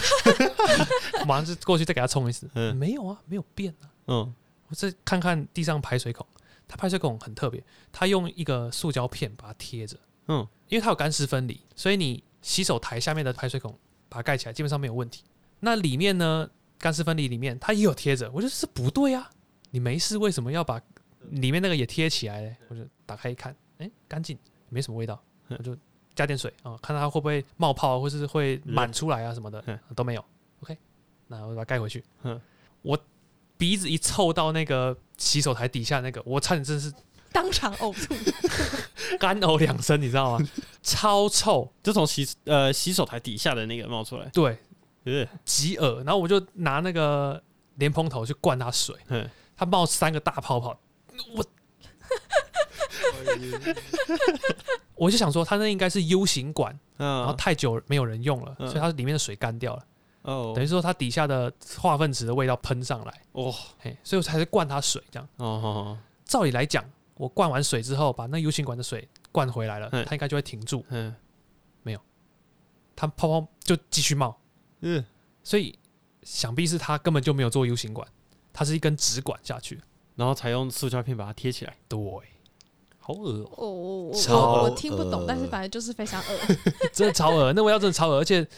[SPEAKER 2] 马上就过去再给他冲一次。
[SPEAKER 1] 嗯
[SPEAKER 2] 没有啊，没有变啊。
[SPEAKER 1] 嗯
[SPEAKER 2] 我再看看地上排水孔，它排水孔很特别，它用一个塑胶片把它贴着，
[SPEAKER 1] 嗯
[SPEAKER 2] 因为它有干湿分离，所以你洗手台下面的排水孔把它盖起来，基本上没有问题。那里面呢，干湿分离里面它也有贴着，我觉得这不对啊，你没事为什么要把里面那个也贴起来嘞？我就打开一看，哎、干净，没什么味道，
[SPEAKER 1] 嗯
[SPEAKER 2] 我就加点水啊、看它会不会冒泡，或是会满出来啊什么的
[SPEAKER 1] 嗯，
[SPEAKER 2] 都没有。OK，那我就把它盖回去。
[SPEAKER 1] 嗯
[SPEAKER 2] 我鼻子一凑到那个洗手台底下那个，我差点真是
[SPEAKER 3] 当场呕吐。
[SPEAKER 2] 干呕两声，你知道 吗？超臭，
[SPEAKER 1] 就从洗呃洗手台底下的那个冒出来，呃
[SPEAKER 2] 对，
[SPEAKER 1] 对，
[SPEAKER 2] 极恶。然后我就拿那个莲蓬头去灌它水，
[SPEAKER 1] 嗯，
[SPEAKER 2] 它冒三个大泡泡，我。 我就想说，它那应该是 U 型管，然后
[SPEAKER 1] 啊
[SPEAKER 2] 太久没有人用了，
[SPEAKER 1] 嗯
[SPEAKER 2] 所以它里面的水干掉了。
[SPEAKER 1] 哦
[SPEAKER 2] 等于说它底下的化粪池的味道喷上来，
[SPEAKER 1] 哦
[SPEAKER 2] 嘿，所以我才是灌它水这样。
[SPEAKER 1] 哦哦，
[SPEAKER 2] 照理来讲，我灌完水之后，把那 U 型管的水灌回来了，
[SPEAKER 1] 嗯
[SPEAKER 2] 它应该就会停住，
[SPEAKER 1] 嗯
[SPEAKER 2] 它泡泡就继续冒，
[SPEAKER 1] 嗯，
[SPEAKER 2] 所以想必是它根本就没有做 U 型管，它是一根直管下去。
[SPEAKER 1] 然后才用塑胶片把它贴起来，
[SPEAKER 2] 对，
[SPEAKER 1] 好恶哦、
[SPEAKER 3] 我我我
[SPEAKER 4] 超
[SPEAKER 3] 我我听不懂，
[SPEAKER 4] 恶
[SPEAKER 3] 但是反正就是非常 恶。
[SPEAKER 2] 真的超恶，那味道真的超恶，而且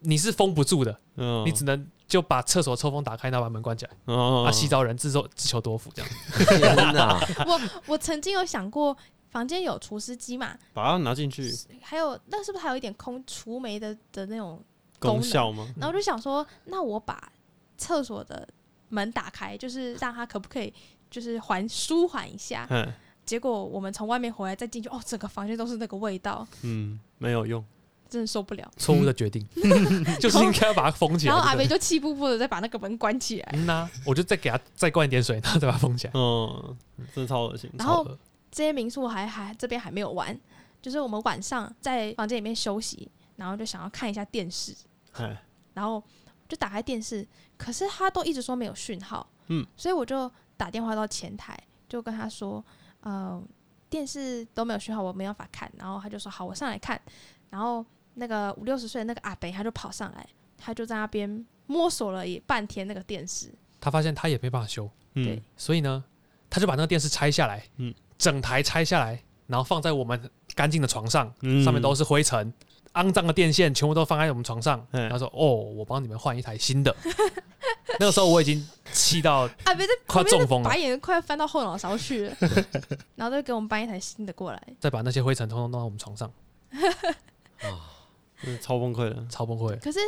[SPEAKER 2] 你是封不住的，
[SPEAKER 1] 嗯，
[SPEAKER 2] 你只能就把厕所抽风打开，然后把门关起来。
[SPEAKER 1] 哦
[SPEAKER 2] 啊，洗澡人自受自求多福 这样。
[SPEAKER 4] 天 哪！
[SPEAKER 3] 我我曾经有想过，房间有除湿机嘛，
[SPEAKER 1] 把它拿进去
[SPEAKER 3] 还有那是不是还有一点空除霉的的那种？功
[SPEAKER 1] 功
[SPEAKER 3] 能
[SPEAKER 1] 效吗？
[SPEAKER 3] 然后我就想说，那我把厕所的门打开，就是让它可不可以就是缓舒缓 一下？
[SPEAKER 1] 嗯
[SPEAKER 3] 结果我们从外面回来再进去，哦，整个房间都是那个味道，
[SPEAKER 1] 嗯，没有用，
[SPEAKER 3] 真的受不了。
[SPEAKER 2] 错误的 决定，就是应该要把它封起来。
[SPEAKER 3] 然后阿梅
[SPEAKER 2] 对不
[SPEAKER 3] 就气呼呼的再把那个门关起来。
[SPEAKER 2] 对嗯呐，我就再给它再灌一点水，然后再把它封起来。
[SPEAKER 1] 嗯，真的超恶心。
[SPEAKER 3] 然后
[SPEAKER 2] 超恶
[SPEAKER 3] 这些民宿还还这边还没有完，就是我们晚上在房间里面休息，然后就想要看一下电视，
[SPEAKER 1] 哎，
[SPEAKER 3] 然后就打开电视，可是他都一直说没有讯号，
[SPEAKER 1] 嗯，
[SPEAKER 3] 所以我就打电话到前台，就跟他说，呃，电视都没有讯号，我没办法看。然后他就说好，我上来看。然后那个五六十岁的那个阿伯他就跑上来，他就在那边摸索了也半天那个电视，
[SPEAKER 2] 他发现他也没办法修，
[SPEAKER 1] 嗯
[SPEAKER 3] 对，
[SPEAKER 2] 所以呢，他就把那个电视拆下来，
[SPEAKER 1] 嗯
[SPEAKER 2] 整台拆下来，然后放在我们干净的床上，
[SPEAKER 1] 嗯
[SPEAKER 2] 上面都是灰尘。肮脏的电线全部都放在我们床上，
[SPEAKER 1] 嗯
[SPEAKER 2] 然后说：“哦，我帮你们换一台新的。” 那个时候我已经气到
[SPEAKER 3] 阿伯在
[SPEAKER 2] 快
[SPEAKER 3] 啊旁边
[SPEAKER 2] 中风了
[SPEAKER 3] 把眼快翻到后脑勺去了，然后就给我们搬一台新的过来。
[SPEAKER 2] 再把那些灰尘通通弄到我们床上，
[SPEAKER 1] 真的超崩溃的。
[SPEAKER 2] 超崩溃。
[SPEAKER 3] 可是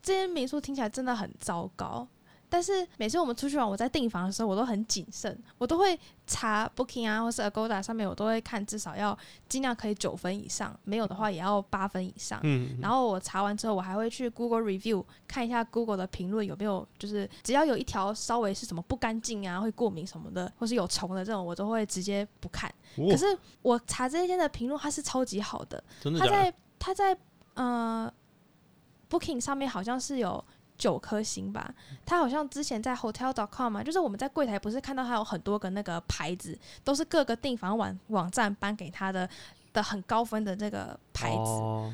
[SPEAKER 3] 这些民宿听起来真的很糟糕。但是每次我们出去玩，我在订房的时候，我都很谨慎，我都会查 Booking 啊，或是 Agoda 上面，我都会看至少要尽量可以九分以上，没有的话也要八分以上。
[SPEAKER 1] 嗯，
[SPEAKER 3] 啊然后我查完之后，我还会去 Google Review 看一下 Google 的评论有没有，就是只要有一条稍微是什么不干净啊、会过敏什么的，或是有虫的这种，我都会直接不看。
[SPEAKER 1] 哦
[SPEAKER 3] 可是我查这间的评论，它是超级好的，
[SPEAKER 1] 真的
[SPEAKER 3] 他
[SPEAKER 1] 假的？
[SPEAKER 3] 在他在呃 Booking 上面好像是有九颗星吧，
[SPEAKER 1] 嗯
[SPEAKER 3] 他好像之前在 Hotel.com 嘛，就是我们在柜台不是看到他有很多个那个牌子，都是各个订房网网站颁给他的的很高分的那个牌子，
[SPEAKER 1] 哦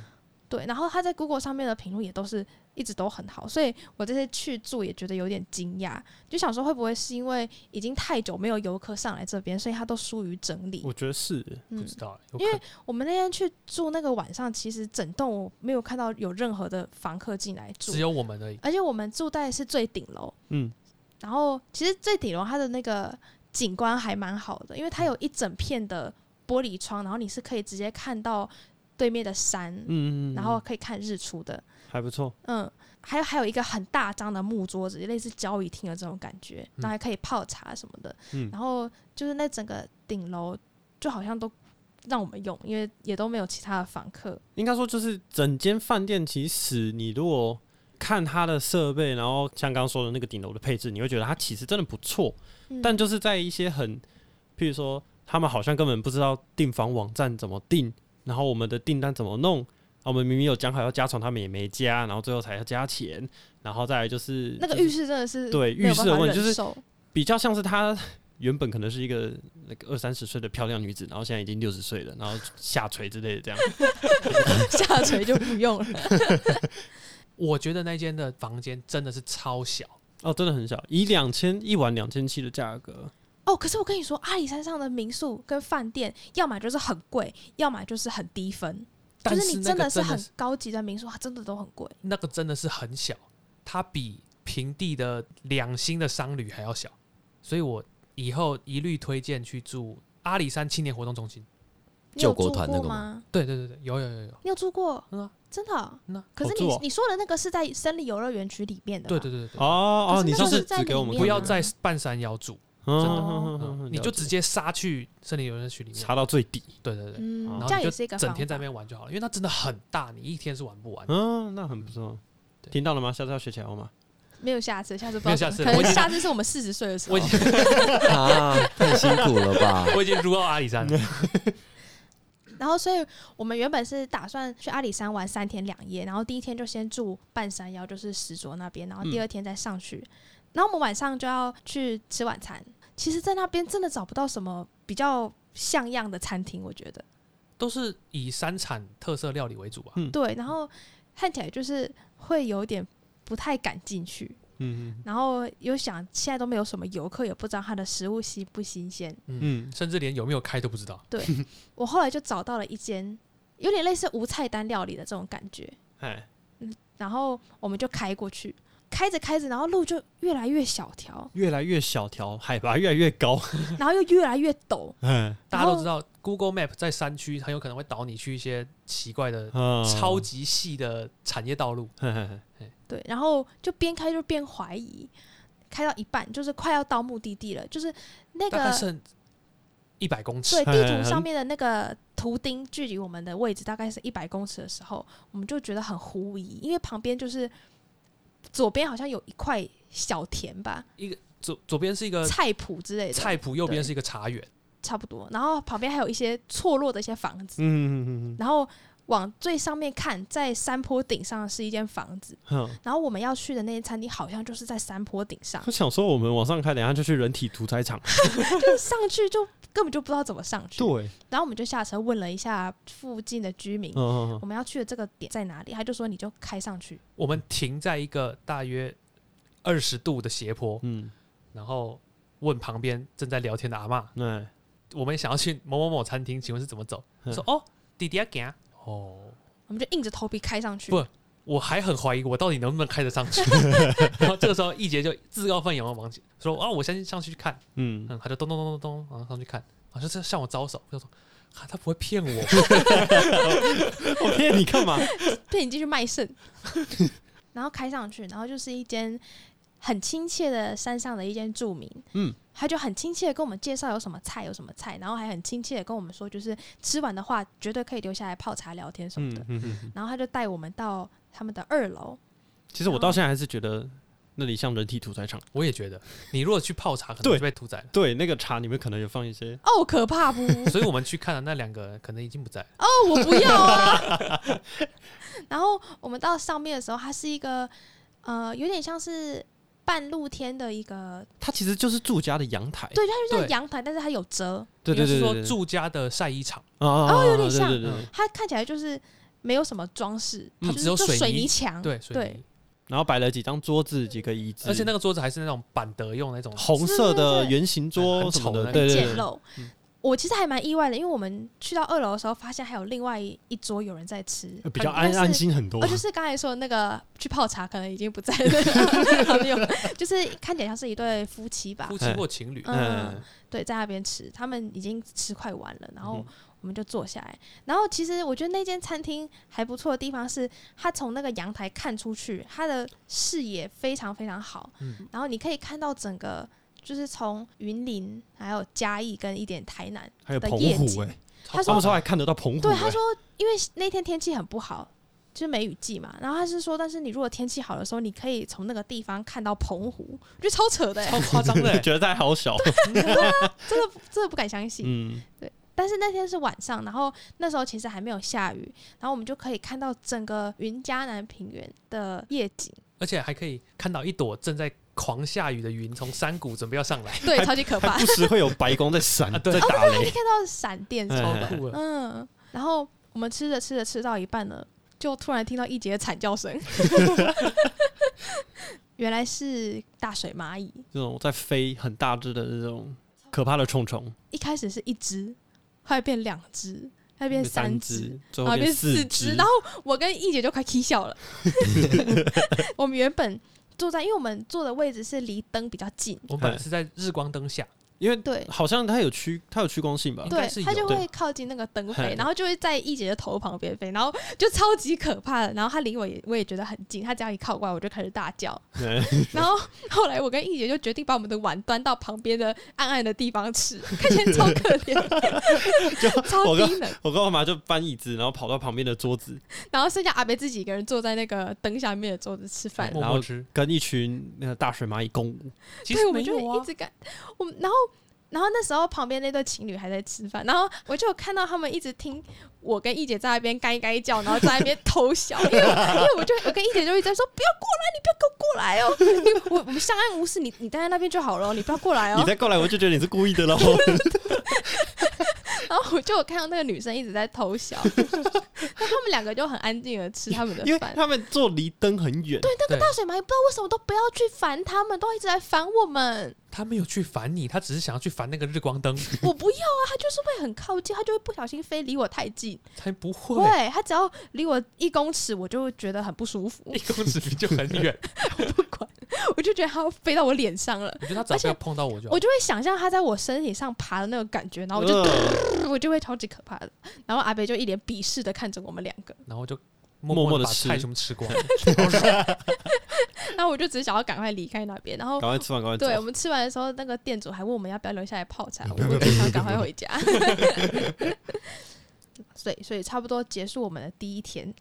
[SPEAKER 3] 对，然后他在 Google 上面的评论也都是一直都很好，所以我这次去住也觉得有点惊讶，就想说会不会是因为已经太久没有游客上来这边，所以他都疏于整理，
[SPEAKER 1] 我觉得是
[SPEAKER 2] 不
[SPEAKER 3] 嗯
[SPEAKER 2] 知。道，有
[SPEAKER 3] 因为
[SPEAKER 2] 可能
[SPEAKER 3] 我们那天去住那个晚上，其实整栋我没有看到有任何的房客进来住
[SPEAKER 2] 只，有我们而已。
[SPEAKER 3] 而且我们住在是最顶楼，
[SPEAKER 1] 嗯，
[SPEAKER 3] 然后其实最顶楼它的那个景观还蛮好的，因为它有一整片的玻璃窗，然后你是可以直接看到对面的山，
[SPEAKER 1] 嗯，嗯嗯
[SPEAKER 3] 然后可以看日出的，
[SPEAKER 1] 还不错，
[SPEAKER 3] 嗯，还有还有一个很大张的木桌子，类似交易厅的这种感觉，然后还可以泡茶什么的。
[SPEAKER 1] 嗯
[SPEAKER 3] 然后就是那整个顶楼就好像都让我们用，因为也都没有其他的房客。
[SPEAKER 1] 应该说就是整间饭店，其实你如果看它的设备，然后像刚刚说的那个顶楼的配置，你会觉得它其实真的不错，
[SPEAKER 3] 嗯
[SPEAKER 1] 但就是在一些很，譬如说他们好像根本不知道订房网站怎么订，然后我们的订单怎么弄，啊我们明明有讲好要加床，他们也没加，然后最后才要加钱，然后再来就是
[SPEAKER 3] 那个
[SPEAKER 1] 就是
[SPEAKER 3] 浴室真的是
[SPEAKER 1] 对
[SPEAKER 3] 没有
[SPEAKER 1] 浴室
[SPEAKER 3] 办
[SPEAKER 1] 的
[SPEAKER 3] 法
[SPEAKER 1] 问题
[SPEAKER 3] 忍
[SPEAKER 1] 就是
[SPEAKER 3] 受
[SPEAKER 1] 比较像是她原本可能是一个那个二三十岁的漂亮女子，然后现在已经六十岁了，然后下垂之类的这 样。
[SPEAKER 3] 下垂就不用了。
[SPEAKER 2] 我觉得那间的房间真的是超小，
[SPEAKER 1] 哦，真的很小，以两千一晚两千七的价格，
[SPEAKER 3] 哦，可是我跟你说，阿里山上的民宿跟饭店，要么就是很贵，要么就是很低分。就
[SPEAKER 2] 但
[SPEAKER 3] 是你
[SPEAKER 2] 那
[SPEAKER 3] 真
[SPEAKER 2] 个
[SPEAKER 3] 的是
[SPEAKER 2] 真的
[SPEAKER 3] 很
[SPEAKER 2] 是
[SPEAKER 3] 高级的民宿，它真的都很贵。
[SPEAKER 2] 那个真的是很小，它比平地的两星的商旅还要小，所以我以后一律推荐去住阿里山青年活动中心。
[SPEAKER 3] 你有
[SPEAKER 4] 救国
[SPEAKER 3] 住
[SPEAKER 4] 团那
[SPEAKER 3] 过
[SPEAKER 4] 个吗
[SPEAKER 3] 吗？
[SPEAKER 2] 对对对对，有有有有，
[SPEAKER 3] 你有住过？
[SPEAKER 2] 嗯啊
[SPEAKER 3] 真的哦、
[SPEAKER 2] 嗯啊
[SPEAKER 3] 可是
[SPEAKER 1] 好
[SPEAKER 3] 你、
[SPEAKER 1] 住哦
[SPEAKER 3] 你说的那个是在森林游乐园区里面的，啊
[SPEAKER 2] 对，对对对对，
[SPEAKER 1] 哦哦，
[SPEAKER 3] 可是
[SPEAKER 1] 你
[SPEAKER 3] 那
[SPEAKER 1] 上
[SPEAKER 3] 个
[SPEAKER 1] 次
[SPEAKER 3] 是在
[SPEAKER 1] 只给我们
[SPEAKER 3] 里
[SPEAKER 2] 不
[SPEAKER 3] 面
[SPEAKER 2] 要
[SPEAKER 3] 啊
[SPEAKER 2] 在半山腰住，
[SPEAKER 1] 嗯，
[SPEAKER 3] 真的
[SPEAKER 1] 嗯嗯嗯嗯
[SPEAKER 2] 嗯
[SPEAKER 1] 嗯
[SPEAKER 2] 你就
[SPEAKER 1] 了解
[SPEAKER 2] 直接杀去森林游乐区里面
[SPEAKER 1] 查，到最底，
[SPEAKER 2] 对对对，
[SPEAKER 3] 嗯
[SPEAKER 1] 然，后
[SPEAKER 3] 这样
[SPEAKER 2] 你
[SPEAKER 3] 也
[SPEAKER 2] 就是
[SPEAKER 3] 一个
[SPEAKER 2] 整
[SPEAKER 3] 方
[SPEAKER 2] 天在
[SPEAKER 3] 法
[SPEAKER 2] 那边玩就好了，因为它真的很大，你一天是玩不完。
[SPEAKER 1] 嗯，那很不错。
[SPEAKER 2] 对
[SPEAKER 1] 听到了吗？下次要学起来好吗？
[SPEAKER 3] 没有下次，下次不
[SPEAKER 2] 没有
[SPEAKER 3] 知道
[SPEAKER 2] 下
[SPEAKER 3] 怎
[SPEAKER 2] 次
[SPEAKER 3] 么可
[SPEAKER 2] 我已
[SPEAKER 3] 能
[SPEAKER 2] 经
[SPEAKER 3] 下次是我们四十岁
[SPEAKER 1] 嗯
[SPEAKER 3] 的时候
[SPEAKER 2] 我已。经
[SPEAKER 4] 啊，太辛苦了吧？
[SPEAKER 1] 嗯
[SPEAKER 2] 我已经入到阿里山了，
[SPEAKER 3] 然后，所以我们原本是打算去阿里山玩三天两夜，然后第一天就先住半山腰，就是石卓那边，然后第二天再上去。然后我们晚上就要去吃晚餐。其实，在那边真的找不到什么比较像样的餐厅，我觉得。
[SPEAKER 2] 都是以山产特色料理为主吧。
[SPEAKER 1] 嗯
[SPEAKER 3] 对，然后看起来就是会有点不太敢进去，
[SPEAKER 1] 嗯
[SPEAKER 3] 然后又想现在都没有什么游客，也不知道它的食物新不新鲜。
[SPEAKER 1] 嗯
[SPEAKER 2] 甚至连有没有开都不知道。
[SPEAKER 3] 我后来就找到了一间有点类似无菜单料理的这种感觉，
[SPEAKER 1] 哎，，
[SPEAKER 3] 然后我们就开过去，开着开着，然后路就越来越小条
[SPEAKER 1] 越来越小条，海 拔越来越高，
[SPEAKER 3] 然后又越来越陡，
[SPEAKER 1] 嗯，
[SPEAKER 2] 大家都知道，Google Map 在山区很有可能会导你去一些奇怪
[SPEAKER 1] 嗯
[SPEAKER 2] 的、超级细的产业道路。
[SPEAKER 1] 嘿嘿嘿
[SPEAKER 3] 对，然后就边开就边怀疑，开到一半就是快要到目的地了，就是那
[SPEAKER 2] 大概
[SPEAKER 3] 个
[SPEAKER 2] 剩一百公尺
[SPEAKER 3] 对，地图
[SPEAKER 1] 很
[SPEAKER 3] 上面的那个图钉距离我们的位置大概是一百公尺的时候，我们就觉得很狐疑，因为旁边就是左边好像有一块小田吧，
[SPEAKER 2] 左左边是一个
[SPEAKER 3] 菜圃之类的，
[SPEAKER 2] 呃菜圃，右边是一个茶园。
[SPEAKER 3] 差不多，然后旁边还有一些错落的一些房
[SPEAKER 1] 嗯
[SPEAKER 3] 子，
[SPEAKER 1] 嗯嗯
[SPEAKER 3] 然后往最上面看，在山坡顶上是一间房子，
[SPEAKER 1] 嗯嗯，
[SPEAKER 3] 然后我们要去的那些餐厅好像就是在山坡 顶上，
[SPEAKER 1] 我想说我们往上看，等一下就去人体屠宰场，
[SPEAKER 3] 就是上去就根本就不知道怎么上去，
[SPEAKER 1] 对，
[SPEAKER 3] 然后我们就下车问了一下附近的居民，
[SPEAKER 1] 嗯
[SPEAKER 3] 我们要去的这个点在哪里？他就说你就开上去，
[SPEAKER 2] 我们停在一个大约二十度的斜坡，
[SPEAKER 1] 嗯
[SPEAKER 2] 然后问旁边正在聊天的阿嬷，
[SPEAKER 1] 嗯，
[SPEAKER 2] 我们想要去某某某餐厅，请问是怎么走？
[SPEAKER 1] 嗯
[SPEAKER 2] 说哦，弟弟要行。哦，
[SPEAKER 3] 我们就硬着头皮开上去。
[SPEAKER 2] 不我还很怀疑我到底能不能开得上去。然后这个时候，一杰就自告奋勇地往前说啊，我先上去看。
[SPEAKER 1] 嗯嗯，
[SPEAKER 2] 嗯，他就咚咚咚咚咚，然后上去看，好像是向我招手，我就说。啊，他不会骗我吧，
[SPEAKER 1] 我骗哦你干嘛？
[SPEAKER 3] 骗你进去卖肾， 然后开上去，然后就是一间很亲切的山上的一间住民，
[SPEAKER 1] 嗯，
[SPEAKER 3] 他就很亲切的跟我们介绍有什么菜有什么菜，然后还很亲切的跟我们说，就是吃完的话绝对可以留下来泡茶聊天什么
[SPEAKER 1] 嗯
[SPEAKER 3] 的。
[SPEAKER 1] 嗯嗯嗯，
[SPEAKER 3] 然后他就带我们到他们的二楼，
[SPEAKER 1] 其实我到现在还是觉得那里像人体屠宰场，
[SPEAKER 2] 我也觉得。你如果去泡茶，可能
[SPEAKER 1] 对
[SPEAKER 2] 就被屠宰了。
[SPEAKER 1] 对，那个茶里面可能有放一些，
[SPEAKER 3] 哦，可怕不？
[SPEAKER 2] 所以我们去看的那两个人，可能已经不在了。
[SPEAKER 3] 哦，我不要啊！ 然后我们到上面的时候，它是一个呃，有点像是半露天的一个，
[SPEAKER 1] 它其实就是住家的阳台，
[SPEAKER 3] 对，它就像
[SPEAKER 2] 对
[SPEAKER 3] 阳台，但是它有遮，
[SPEAKER 1] 对对对，
[SPEAKER 2] 应该
[SPEAKER 1] 对
[SPEAKER 2] 是说住哦家的晒衣场，
[SPEAKER 1] 啊啊，啊
[SPEAKER 3] 有点像
[SPEAKER 1] 对对对对，
[SPEAKER 3] 它看起来就是没有什么装饰，它
[SPEAKER 2] 嗯
[SPEAKER 3] 就是
[SPEAKER 2] 只有
[SPEAKER 3] 就
[SPEAKER 2] 水
[SPEAKER 3] 水
[SPEAKER 2] 泥
[SPEAKER 3] 泥墙，
[SPEAKER 1] 嗯
[SPEAKER 2] 对水泥，
[SPEAKER 1] 然后摆了几张桌子，几个椅子，
[SPEAKER 2] 而且那个桌子还是那种板德用那种，
[SPEAKER 1] 红色的圆形桌
[SPEAKER 2] 很
[SPEAKER 1] 什么的，
[SPEAKER 2] 丑的那
[SPEAKER 1] 对
[SPEAKER 2] 种
[SPEAKER 1] 对
[SPEAKER 3] 简
[SPEAKER 1] 对，
[SPEAKER 3] 陋。
[SPEAKER 2] 嗯
[SPEAKER 3] 我其实还蛮意外的，因为我们去到二楼的时候，发现还有另外一桌有人在吃，
[SPEAKER 1] 呃哎比较
[SPEAKER 3] 嗯
[SPEAKER 1] 安
[SPEAKER 3] 但是
[SPEAKER 1] 安心很多
[SPEAKER 3] 哦，。就是刚才说的那个去泡茶，可能已经不 在了， 好友，就是看起来像是一对夫妻吧
[SPEAKER 2] 夫，
[SPEAKER 1] 哎
[SPEAKER 2] 妻或情侣，
[SPEAKER 3] 嗯
[SPEAKER 1] 嗯，
[SPEAKER 3] 对，在那边吃，他们已经吃快完了，然后
[SPEAKER 1] 嗯
[SPEAKER 3] 我们就坐下来。然后其实我觉得那间餐厅还不错的地方是，它从那个阳台看出去，它的视野非常非常好，
[SPEAKER 2] 嗯
[SPEAKER 3] 然后你可以看到整个。就是从云林，还有嘉义跟一点台南，
[SPEAKER 1] 还有
[SPEAKER 3] 的
[SPEAKER 1] 澎
[SPEAKER 3] 夜
[SPEAKER 1] 湖
[SPEAKER 3] 景
[SPEAKER 1] 哎、
[SPEAKER 2] 超
[SPEAKER 3] 他
[SPEAKER 1] 他
[SPEAKER 3] 说
[SPEAKER 1] 们说还看得到澎湖、欸。，
[SPEAKER 3] 对他说，因为那天天气很不好，就是梅雨季嘛。然后他是说，但是你如果天气好的时候，你可以从那个地方看到澎湖，我觉得超扯的、欸，
[SPEAKER 2] 超夸张的欸
[SPEAKER 1] 觉得他好小。
[SPEAKER 3] 真的真的不敢相信。
[SPEAKER 1] 嗯，
[SPEAKER 3] 但是那天是晚上，然后那时候其实还没有下雨，然后我们就可以看到整个云嘉南平原的夜景，
[SPEAKER 2] 而且还可以看到一朵正在狂下雨的云从山谷准备要上 来，
[SPEAKER 3] 对，超级可 怕
[SPEAKER 1] 不，时会有白光在闪，
[SPEAKER 2] 啊对
[SPEAKER 1] 在打
[SPEAKER 3] 可以
[SPEAKER 1] 雷。
[SPEAKER 3] 看到闪电什
[SPEAKER 2] 超
[SPEAKER 3] 么的，
[SPEAKER 2] 酷了。
[SPEAKER 3] 嗯。然后我们吃着吃着吃到一半了，就突然听到一节惨叫声，原来是大水蚂蚁，
[SPEAKER 1] 这种在飞很大只的这种可怕的虫虫，
[SPEAKER 3] 一开始是一只，后来变两只，后来变三只，
[SPEAKER 1] 只，最后
[SPEAKER 3] 然后啊变
[SPEAKER 1] 四
[SPEAKER 3] 四只，然后我跟易姐就快 k 笑了。 我们原本坐在，因为我们坐的位置是离灯比较近，
[SPEAKER 2] 我们
[SPEAKER 1] 哎
[SPEAKER 2] 本来是在日光灯下，
[SPEAKER 1] 因为
[SPEAKER 3] 对
[SPEAKER 1] 好像它有趋，它有趋光性吧？
[SPEAKER 2] 嗯应该
[SPEAKER 3] 对
[SPEAKER 2] 是，有
[SPEAKER 3] 它就
[SPEAKER 1] 对
[SPEAKER 3] 会靠近那个灯
[SPEAKER 1] 嘿
[SPEAKER 3] 飞，然后就会在易姐的头旁边飞，然后就超级可怕的。然后她离我也我也觉得很近，她只要一靠过来，我就开始大 叫。
[SPEAKER 2] 哎
[SPEAKER 1] 对，
[SPEAKER 3] 然后后来我跟易姐就决定把我们的碗端到旁边的暗暗的地方吃，看起来超可怜，超
[SPEAKER 1] 我跟
[SPEAKER 3] 低能。
[SPEAKER 1] 我跟我妈就搬椅子，然后跑到旁边的桌子，
[SPEAKER 3] 然后剩下阿北自己一个人坐在那个灯下面的桌子吃饭，
[SPEAKER 2] 默
[SPEAKER 1] 然后
[SPEAKER 2] 默吃。
[SPEAKER 1] 跟一群那个大水蚂蚁共舞。
[SPEAKER 2] 其
[SPEAKER 3] 对，
[SPEAKER 2] 实
[SPEAKER 3] 我
[SPEAKER 2] 没
[SPEAKER 3] 们就
[SPEAKER 2] 有
[SPEAKER 3] 一
[SPEAKER 2] 啊，
[SPEAKER 3] 直感我们，然后然后那时候旁边那对情侣还在吃饭，然后我就有看到他们一直听我跟一姐在那边该该叫，然后在那边偷笑，因为 因为我就我跟一姐就一直在说不要过来，你不要给我过来哦，你我我们相安无事，你你待在那边就好了哦，你不要过来
[SPEAKER 1] 你
[SPEAKER 3] 哦。
[SPEAKER 1] 再过来，我就觉得你是故意 的喽。
[SPEAKER 3] 然后我就有看到那个女生一直在偷 笑，那他们两个就很安静的吃他们的
[SPEAKER 1] 因为
[SPEAKER 3] 饭。
[SPEAKER 1] 他们坐离灯很远，
[SPEAKER 3] 对，那
[SPEAKER 2] 对
[SPEAKER 3] 个大水蚂蚁不知道为什么都不要去烦他们，都一直来烦我们。
[SPEAKER 2] 他没有去烦你，他只是想要去烦那个日光 灯，
[SPEAKER 3] 我不要啊，它就是会很靠近，它就会不小心飞离我太近。
[SPEAKER 2] 才不会。
[SPEAKER 3] 对，它只要离我一公尺，我就会觉得很不舒 服
[SPEAKER 2] 一，公尺离就很 远，
[SPEAKER 3] 我就觉得它要飞到我脸上了
[SPEAKER 2] 我。觉得他只要不要碰到我就好
[SPEAKER 3] 我。就会想象它在我身体上爬的那个感觉，然后我就、
[SPEAKER 1] 呃
[SPEAKER 3] 我就会超级可怕的。然后阿北就一脸鄙视的看着我们两个，
[SPEAKER 2] 然后就
[SPEAKER 1] 默
[SPEAKER 2] 默
[SPEAKER 1] 默地
[SPEAKER 2] 地把
[SPEAKER 1] 吃
[SPEAKER 2] 菜全部吃光了。
[SPEAKER 3] 然后我就只想要赶快离开那边。然后
[SPEAKER 1] 赶快吃完，赶快走
[SPEAKER 3] 对我们吃完的时候，那个店主还问我们要不要留下来泡茶，我们就想赶快回家。 所以，所以差不多结束我们的第一天。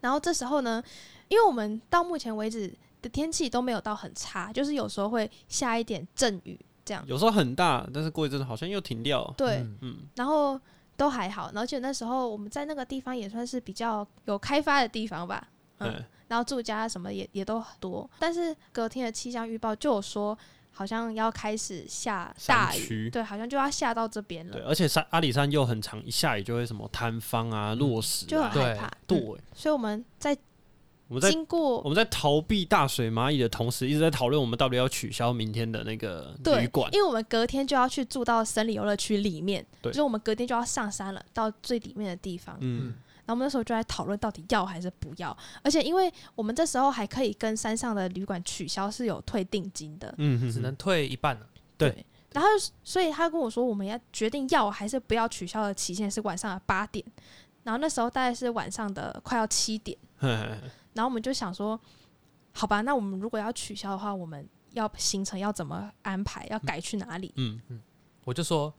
[SPEAKER 3] 然后这时候呢，因为我们到目前为止的天气都没有到很差，就是有时候会下一点阵雨这样。
[SPEAKER 1] 有时候很大，但是过一阵子好像又停掉。
[SPEAKER 3] 对，
[SPEAKER 2] 嗯
[SPEAKER 1] 嗯，
[SPEAKER 3] 然后都还好。而且那时候我们在那个地方也算是比较有开发的地方吧。嗯
[SPEAKER 1] 对，
[SPEAKER 3] 然后住家什么也也都多，但是隔天的气象预报就有说，好像要开始下大
[SPEAKER 1] 山
[SPEAKER 3] 雨，
[SPEAKER 1] 区
[SPEAKER 3] 对，好像就要下到这边
[SPEAKER 1] 对，啊
[SPEAKER 3] 了，
[SPEAKER 1] 而且山阿里山又很长，一下雨就会什么坍方啊、落石
[SPEAKER 3] 嗯就很
[SPEAKER 1] 啊。
[SPEAKER 3] 害怕。
[SPEAKER 1] 对
[SPEAKER 3] 嗯，所以我们在
[SPEAKER 1] 我们在
[SPEAKER 3] 经
[SPEAKER 1] 我
[SPEAKER 3] 过
[SPEAKER 1] 们在逃避大水蚂蚁的同时，一直在讨论我们到底要取消明天的那个
[SPEAKER 3] 对
[SPEAKER 1] 旅馆，。
[SPEAKER 3] 因为我们隔天就要去住到森林游乐区里面，
[SPEAKER 1] 对
[SPEAKER 3] 就是我们隔天就要上山了，到最里面的地方。
[SPEAKER 1] 嗯，
[SPEAKER 3] 然后我们那时候就在讨论到底要还是不要，而且因为我们这时候还可以跟山上的旅馆取消是有退定金的，
[SPEAKER 1] 嗯哼，
[SPEAKER 2] 只能退一半了。
[SPEAKER 3] 然后，所以他跟我说，我们要决定要还是不要取消的期限是晚上的八点，然后那时候大概是晚上的快要七点，
[SPEAKER 1] 嘿嘿嘿
[SPEAKER 3] 然后我们就想说，好吧，那我们如果要取消的话，我们要行程要怎么安排，要改去哪里？
[SPEAKER 1] 嗯，
[SPEAKER 2] 我就说，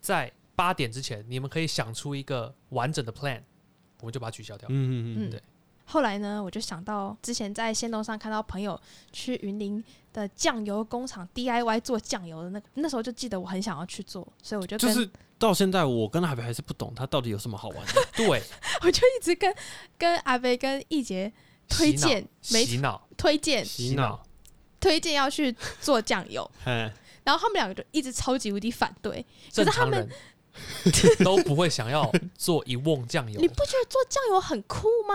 [SPEAKER 2] 在八点之前，你们可以想出一个完整的 plan，我们就把它取消掉。
[SPEAKER 1] 嗯嗯嗯，
[SPEAKER 3] 嗯
[SPEAKER 2] 对
[SPEAKER 3] 后来呢，我就想到之前在仙东上看到朋友去云林的酱油工厂 DIY 做酱油的那个，那时候就记得我很想要去做，所以我就
[SPEAKER 1] 就
[SPEAKER 3] 跟
[SPEAKER 1] 是到现在我跟海北还是不懂它到底有什么好玩的。
[SPEAKER 2] 对，
[SPEAKER 3] 我就一直跟跟阿贝跟易杰推
[SPEAKER 2] 洗脑
[SPEAKER 3] 荐没
[SPEAKER 2] 洗脑，
[SPEAKER 3] 推荐
[SPEAKER 1] 洗脑，
[SPEAKER 3] 推荐要去做酱油，
[SPEAKER 1] 嘿，
[SPEAKER 3] 然后他们两个就一直超级无敌反对。可
[SPEAKER 2] 正
[SPEAKER 3] 是他
[SPEAKER 2] 常
[SPEAKER 3] 们
[SPEAKER 2] 人 都不会想要做一瓮酱油
[SPEAKER 3] 你。不觉得做酱油很酷吗？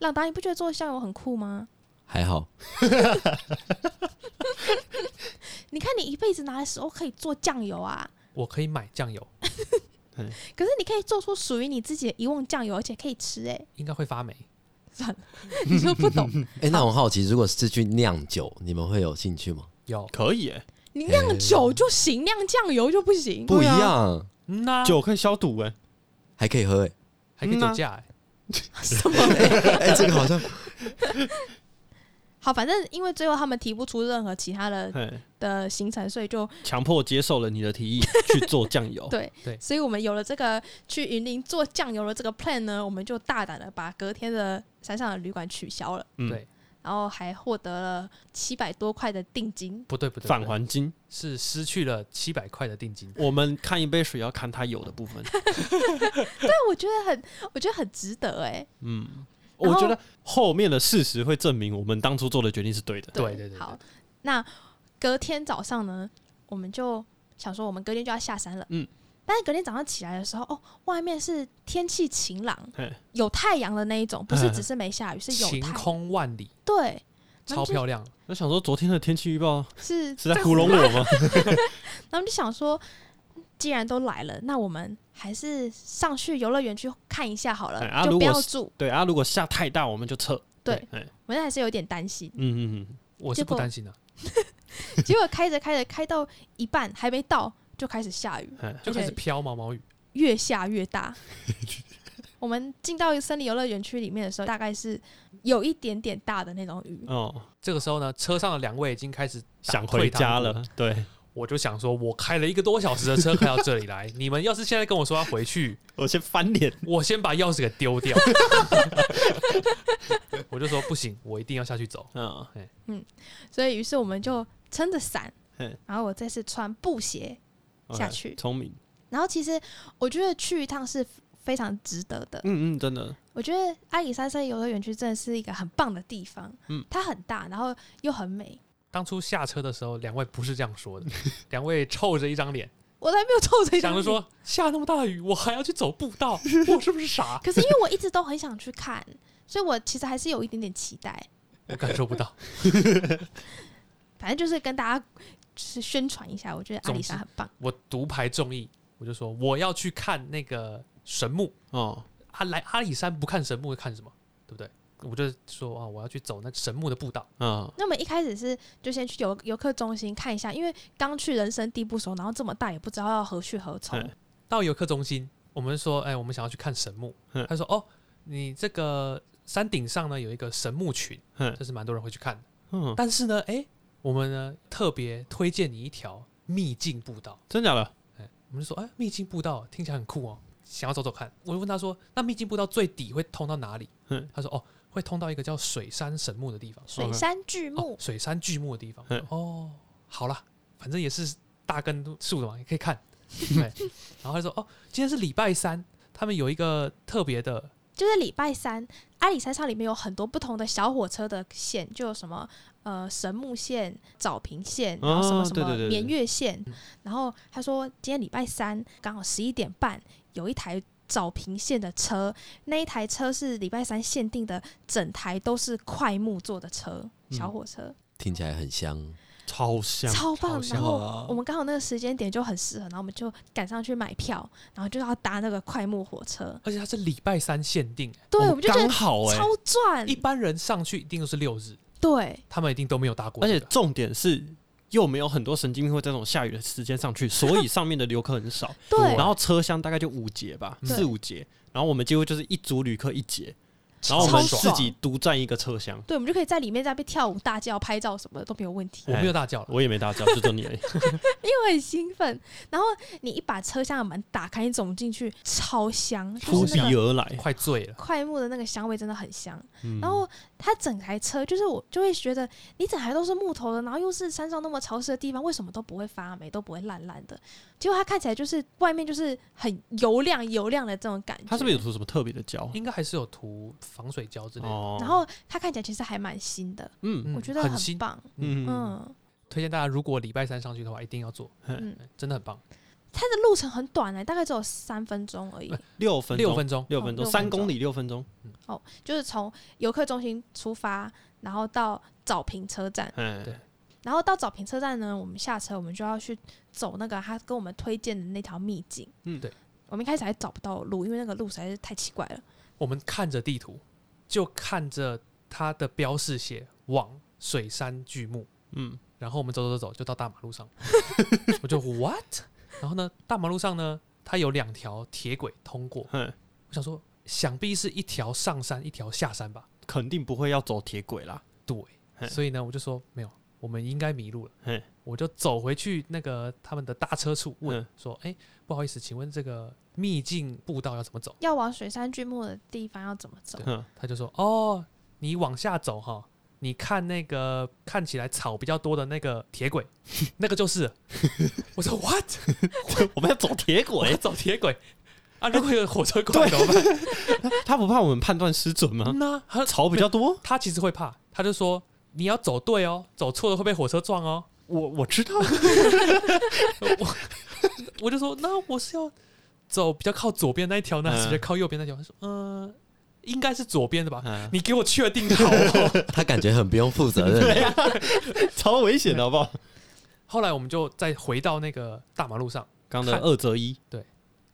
[SPEAKER 3] 朗达，你不觉得做酱油很酷吗？
[SPEAKER 4] 还好，
[SPEAKER 3] 你看你一辈子拿来时候可以做酱油啊，
[SPEAKER 2] 我可以买酱油，
[SPEAKER 3] 可是你可以做出属于你自己的一瓮酱油，而且可以吃、欸。
[SPEAKER 2] 应该会发霉。
[SPEAKER 3] 哎，你就不 懂，
[SPEAKER 4] 哎、那我很好奇，如果是去酿酒，你们会有兴趣吗？
[SPEAKER 2] 有，
[SPEAKER 1] 可以耶，
[SPEAKER 3] 你酿酒就行，酿酱油就不行。
[SPEAKER 4] 不一
[SPEAKER 1] 对啊
[SPEAKER 4] 样，
[SPEAKER 2] 嗯呐，
[SPEAKER 1] 酒可以消毒哎，
[SPEAKER 4] 还可以喝、欸，
[SPEAKER 2] 还可以
[SPEAKER 1] 嗯啊
[SPEAKER 2] 酒驾欸。
[SPEAKER 3] 什么？
[SPEAKER 4] 哎、这个好像
[SPEAKER 3] 好，反正因为最后他们提不出任何其他的
[SPEAKER 1] 嘿，
[SPEAKER 3] 的行程，所以就
[SPEAKER 1] 强迫接受了你的提议去做酱 油。
[SPEAKER 3] 对
[SPEAKER 2] 哦对
[SPEAKER 3] 所以我们有了这个去云林做酱油的这个 plan 呢，我们就大胆的把隔天的山上的旅馆取消了，
[SPEAKER 1] 嗯
[SPEAKER 2] 对，
[SPEAKER 3] 然后还获得了七百多块的定金。
[SPEAKER 2] 不对不对，
[SPEAKER 1] 返
[SPEAKER 2] 不对
[SPEAKER 1] 还金，
[SPEAKER 2] 是失去了七百块的定金。
[SPEAKER 1] 我们看一杯水要看它有的部分。
[SPEAKER 3] 但我觉得很，我觉得很值得哎、
[SPEAKER 1] 嗯，
[SPEAKER 3] 然
[SPEAKER 1] 我
[SPEAKER 3] 后
[SPEAKER 1] 觉得后面的事实会证明我们当初做的决定是对的。
[SPEAKER 2] 对对对
[SPEAKER 3] 好
[SPEAKER 2] 对，
[SPEAKER 3] 那隔天早上呢，我们就想说我们隔天就要下山了，
[SPEAKER 1] 嗯。
[SPEAKER 3] 但是隔天早上起来的时候，哦，外面是天气晴朗
[SPEAKER 1] 嘿，
[SPEAKER 3] 有太阳的那一种，不是只是没下雨，是有
[SPEAKER 2] 晴
[SPEAKER 3] 太阳。
[SPEAKER 2] 空万里，
[SPEAKER 3] 对，然
[SPEAKER 2] 超
[SPEAKER 3] 后就
[SPEAKER 2] 漂亮。
[SPEAKER 1] 我想说，昨天的天气预报
[SPEAKER 3] 是
[SPEAKER 1] 是在糊弄我吗？
[SPEAKER 3] 然后我们就想说，既然都来了，那我们还是上去游乐园去看一下好了，
[SPEAKER 1] 哎啊
[SPEAKER 3] 就
[SPEAKER 1] 如
[SPEAKER 3] 不
[SPEAKER 1] 果
[SPEAKER 3] 要
[SPEAKER 1] 是
[SPEAKER 3] 住。
[SPEAKER 1] 对啊，如果下太大，我们就撤。
[SPEAKER 3] 对
[SPEAKER 1] 哎，。
[SPEAKER 3] 我们还是有点担心
[SPEAKER 1] 嗯嗯嗯，
[SPEAKER 2] 我是
[SPEAKER 3] 结
[SPEAKER 2] 不
[SPEAKER 3] 果
[SPEAKER 2] 担心的，
[SPEAKER 3] 结果开着开着开到一半还没到，就开始下雨，
[SPEAKER 1] 哎，
[SPEAKER 2] 就开始
[SPEAKER 3] 对
[SPEAKER 2] 飘毛毛雨。
[SPEAKER 3] 越下 越大。我们进到森林游乐园区里面的时候，大概是有一点点大的那种雨。
[SPEAKER 1] 哦，
[SPEAKER 2] 这个时候呢，车上的两位已经开始打
[SPEAKER 1] 想回家
[SPEAKER 2] 退堂
[SPEAKER 1] 了
[SPEAKER 2] 鼓。，
[SPEAKER 1] 对，
[SPEAKER 2] 我就想说，我开了一个多小时的车开到这 里来，你们要是现在跟我说要回去，
[SPEAKER 1] 我先翻脸，
[SPEAKER 2] 我先把钥匙给丢掉。 我就说不行，我一定要下去走。
[SPEAKER 1] 嗯，
[SPEAKER 3] 所以，于是我们就撑着伞
[SPEAKER 1] 嘿，
[SPEAKER 3] 然后我这次穿布鞋下去
[SPEAKER 1] 聪明，
[SPEAKER 3] 然后其实我觉得去一趟是非常值得的。
[SPEAKER 1] 嗯嗯，真的，
[SPEAKER 3] 我觉得阿里山森林游乐园区真的是一个很棒的地方，
[SPEAKER 1] 嗯
[SPEAKER 3] 它很大，然后又很美。
[SPEAKER 2] 当初下车的时候，两位不是这样 说的，两位臭着一张脸，
[SPEAKER 3] 我才没有臭这一张
[SPEAKER 2] 想着
[SPEAKER 3] 脸
[SPEAKER 2] 说下那么大的雨，我还要去走步道，我是不是傻？
[SPEAKER 3] 可是因为我一直都很想去看，所以我其实还是有一点点期待。
[SPEAKER 2] 我感受不到。
[SPEAKER 3] 反正就是跟大家就是宣传一下，我觉得阿里山很棒。
[SPEAKER 2] 我独排众议，我就说我要去看那个神木
[SPEAKER 1] 哦，
[SPEAKER 2] 啊，来阿里山不看神木会看什么？对不对？我就说啊，我要去走那神木的步道。
[SPEAKER 1] 嗯，
[SPEAKER 3] 那我们一开始是就先去游游客中心看一下，因为刚去人生地不熟，然后这么大也不知道要何去何从。
[SPEAKER 1] 嗯
[SPEAKER 2] 到游客中心，我们说，哎、我们想要去看神木。
[SPEAKER 1] 嗯
[SPEAKER 2] 他说，哦，你这个山顶上呢有一个神木群，
[SPEAKER 1] 嗯
[SPEAKER 2] 这是蛮多人会去看的。
[SPEAKER 1] 嗯，
[SPEAKER 2] 但是呢，哎、我们呢特别推荐你一条秘境步道。
[SPEAKER 1] 真假的？
[SPEAKER 2] 哎、我们就说，哎、秘境步道听起来很酷哦，想要走走看。我就问他说，那秘境步道最底会通到哪里？
[SPEAKER 1] 嗯
[SPEAKER 2] 他说，哦，会通到一个叫水山神木的地方，
[SPEAKER 3] 水山巨
[SPEAKER 2] 哦
[SPEAKER 3] 木，，
[SPEAKER 2] 水山巨木的地方。我
[SPEAKER 1] 嗯
[SPEAKER 2] 说哦，好啦，反正也是大根树的嘛，也可 以看。对，然后他说，哦，今天是礼拜三，他们有一个特别的，
[SPEAKER 3] 就是礼拜三，阿里山上里面有很多不同的小火车的线，就有什么呃神木线、早平线，
[SPEAKER 1] 哦
[SPEAKER 3] 然后什么什
[SPEAKER 1] 对对
[SPEAKER 3] 么
[SPEAKER 1] 对对
[SPEAKER 3] 绵月线。
[SPEAKER 2] 嗯
[SPEAKER 3] 然后他说今天礼拜三刚好十一点半有一台早平线的车，那一台车是礼拜三限定的，整台都是快木做的车，
[SPEAKER 1] 嗯
[SPEAKER 3] 小火车、
[SPEAKER 4] 听起来很香。
[SPEAKER 1] 超香，
[SPEAKER 3] 超棒。
[SPEAKER 2] 超
[SPEAKER 3] 然后
[SPEAKER 1] 哦
[SPEAKER 4] 哇
[SPEAKER 3] 我们刚好那个时间点就很适合，然后我们就赶上去买票，然后就要搭那个快木火车。
[SPEAKER 2] 而且它是礼拜三限定，
[SPEAKER 3] 对，
[SPEAKER 1] 哦
[SPEAKER 3] 我们就觉得
[SPEAKER 1] 刚好哎，
[SPEAKER 3] 超赚
[SPEAKER 2] 一，般人上去一定都是六日，
[SPEAKER 3] 对。
[SPEAKER 2] 他们一定都没有搭过
[SPEAKER 1] 而
[SPEAKER 2] 这个、
[SPEAKER 1] 且重点是。又没有很多神经病会在这种下雨的时间 上去，所以上面的游客很少。
[SPEAKER 3] 对
[SPEAKER 1] 然后车厢大概就五节吧，
[SPEAKER 2] 嗯
[SPEAKER 1] 四五节。然后我们几乎就是一组旅客一节，然
[SPEAKER 2] 超
[SPEAKER 1] 后我们
[SPEAKER 3] 爽
[SPEAKER 1] 自己独占一个车厢。
[SPEAKER 3] 对，我们就可以在里面在那边跳舞、大叫、拍照什么的都没有问题，
[SPEAKER 2] 我没有大叫了，
[SPEAKER 1] 我也没大叫，就只有你而已。
[SPEAKER 3] 因为我很兴奋。然后你一把车厢的门打开，你走进去，超香，
[SPEAKER 1] 扑
[SPEAKER 3] 就是
[SPEAKER 1] 鼻
[SPEAKER 3] 那个
[SPEAKER 1] 而来。
[SPEAKER 2] 快醉了。
[SPEAKER 3] 快木的那个香味真的很香。
[SPEAKER 1] 嗯
[SPEAKER 3] 然后它整台车，就是我就会觉得，你整台都是木头的，然后又是山上那么潮湿的地方，为什么都不会发霉，都不会烂烂的？结果它看起来就是外面就是很油亮油亮的这种感觉。
[SPEAKER 1] 它是不是有涂什么特别的胶？
[SPEAKER 2] 应该还是有涂防水胶之类的，
[SPEAKER 1] 哦
[SPEAKER 3] 然后它看起来其实还蛮新的，
[SPEAKER 1] 嗯
[SPEAKER 2] 嗯
[SPEAKER 3] 我觉得
[SPEAKER 2] 很新
[SPEAKER 3] 很棒。
[SPEAKER 1] 嗯嗯
[SPEAKER 3] 嗯，
[SPEAKER 2] 推荐大家，如果礼拜三上去的话，一定要做，
[SPEAKER 3] 嗯
[SPEAKER 2] 哎真的很棒，
[SPEAKER 3] 它的路程很短呢、欸大概只有三分钟而已。
[SPEAKER 1] 六分
[SPEAKER 2] 六
[SPEAKER 1] 钟，
[SPEAKER 2] 分钟，
[SPEAKER 1] 六分
[SPEAKER 3] 哦六分
[SPEAKER 1] 钟，
[SPEAKER 3] 钟
[SPEAKER 1] 三公里六分钟。
[SPEAKER 3] 就是从游客中心出发，然后到早平车站，
[SPEAKER 1] 嗯，
[SPEAKER 2] 对
[SPEAKER 3] 然后到早平车站呢，我们下车，我们就要去走那个他跟我们推荐的那条秘境。
[SPEAKER 1] 嗯
[SPEAKER 2] 对。
[SPEAKER 3] 我们一开始还找不到路，因为那个路实在是太奇怪了。
[SPEAKER 2] 我们看着地图，就看着它的标示写往水山巨木，
[SPEAKER 1] 嗯，
[SPEAKER 2] 然后我们走走走走就到大马路上， 我就 what？然后呢，大马路上呢，它有两条铁轨通过，
[SPEAKER 1] 嗯，
[SPEAKER 2] 我想说，想必是一条上山一条下山吧？
[SPEAKER 1] 肯定不会要走铁轨啦。
[SPEAKER 2] 对，
[SPEAKER 1] 嘿
[SPEAKER 2] 所以呢，我就说没有，我们应该迷路了
[SPEAKER 1] 嘿，
[SPEAKER 2] 我就走回去那个他们的搭车处问、
[SPEAKER 1] 嗯
[SPEAKER 2] 说，哎、不好意思，请问这个秘境步道要怎么走？
[SPEAKER 3] 要往水山巨木的地方要怎么走？
[SPEAKER 1] 嗯，
[SPEAKER 2] 他就说：“哦，你往下走哈，你看那个看起来草比较多的那个铁轨， 那个就是了。”我说：“What？
[SPEAKER 1] 我们要走铁
[SPEAKER 2] 我要
[SPEAKER 1] 轨，
[SPEAKER 2] 走铁轨啊？如果有火车过来怎么办
[SPEAKER 1] 他不怕我们判断失准？”吗？
[SPEAKER 2] 嗯呐，他
[SPEAKER 1] 草啊比较多，
[SPEAKER 2] 他其实会怕，他就说：“你要走对哦，走错了会被火车撞哦。
[SPEAKER 1] 我我知道。”
[SPEAKER 2] 我就说：“那我是要走比较靠左边那一条呢，还是比较
[SPEAKER 1] 嗯
[SPEAKER 2] 靠右边那条？”他说：“嗯，应该是左边的吧。”
[SPEAKER 1] 嗯，
[SPEAKER 2] 你给我确定好哦。
[SPEAKER 4] 他感觉很不用负责
[SPEAKER 1] 啊
[SPEAKER 4] 任。
[SPEAKER 1] 超危险的好不好？
[SPEAKER 2] 后来我们就再回到那个大马路上，
[SPEAKER 1] 刚的二择一，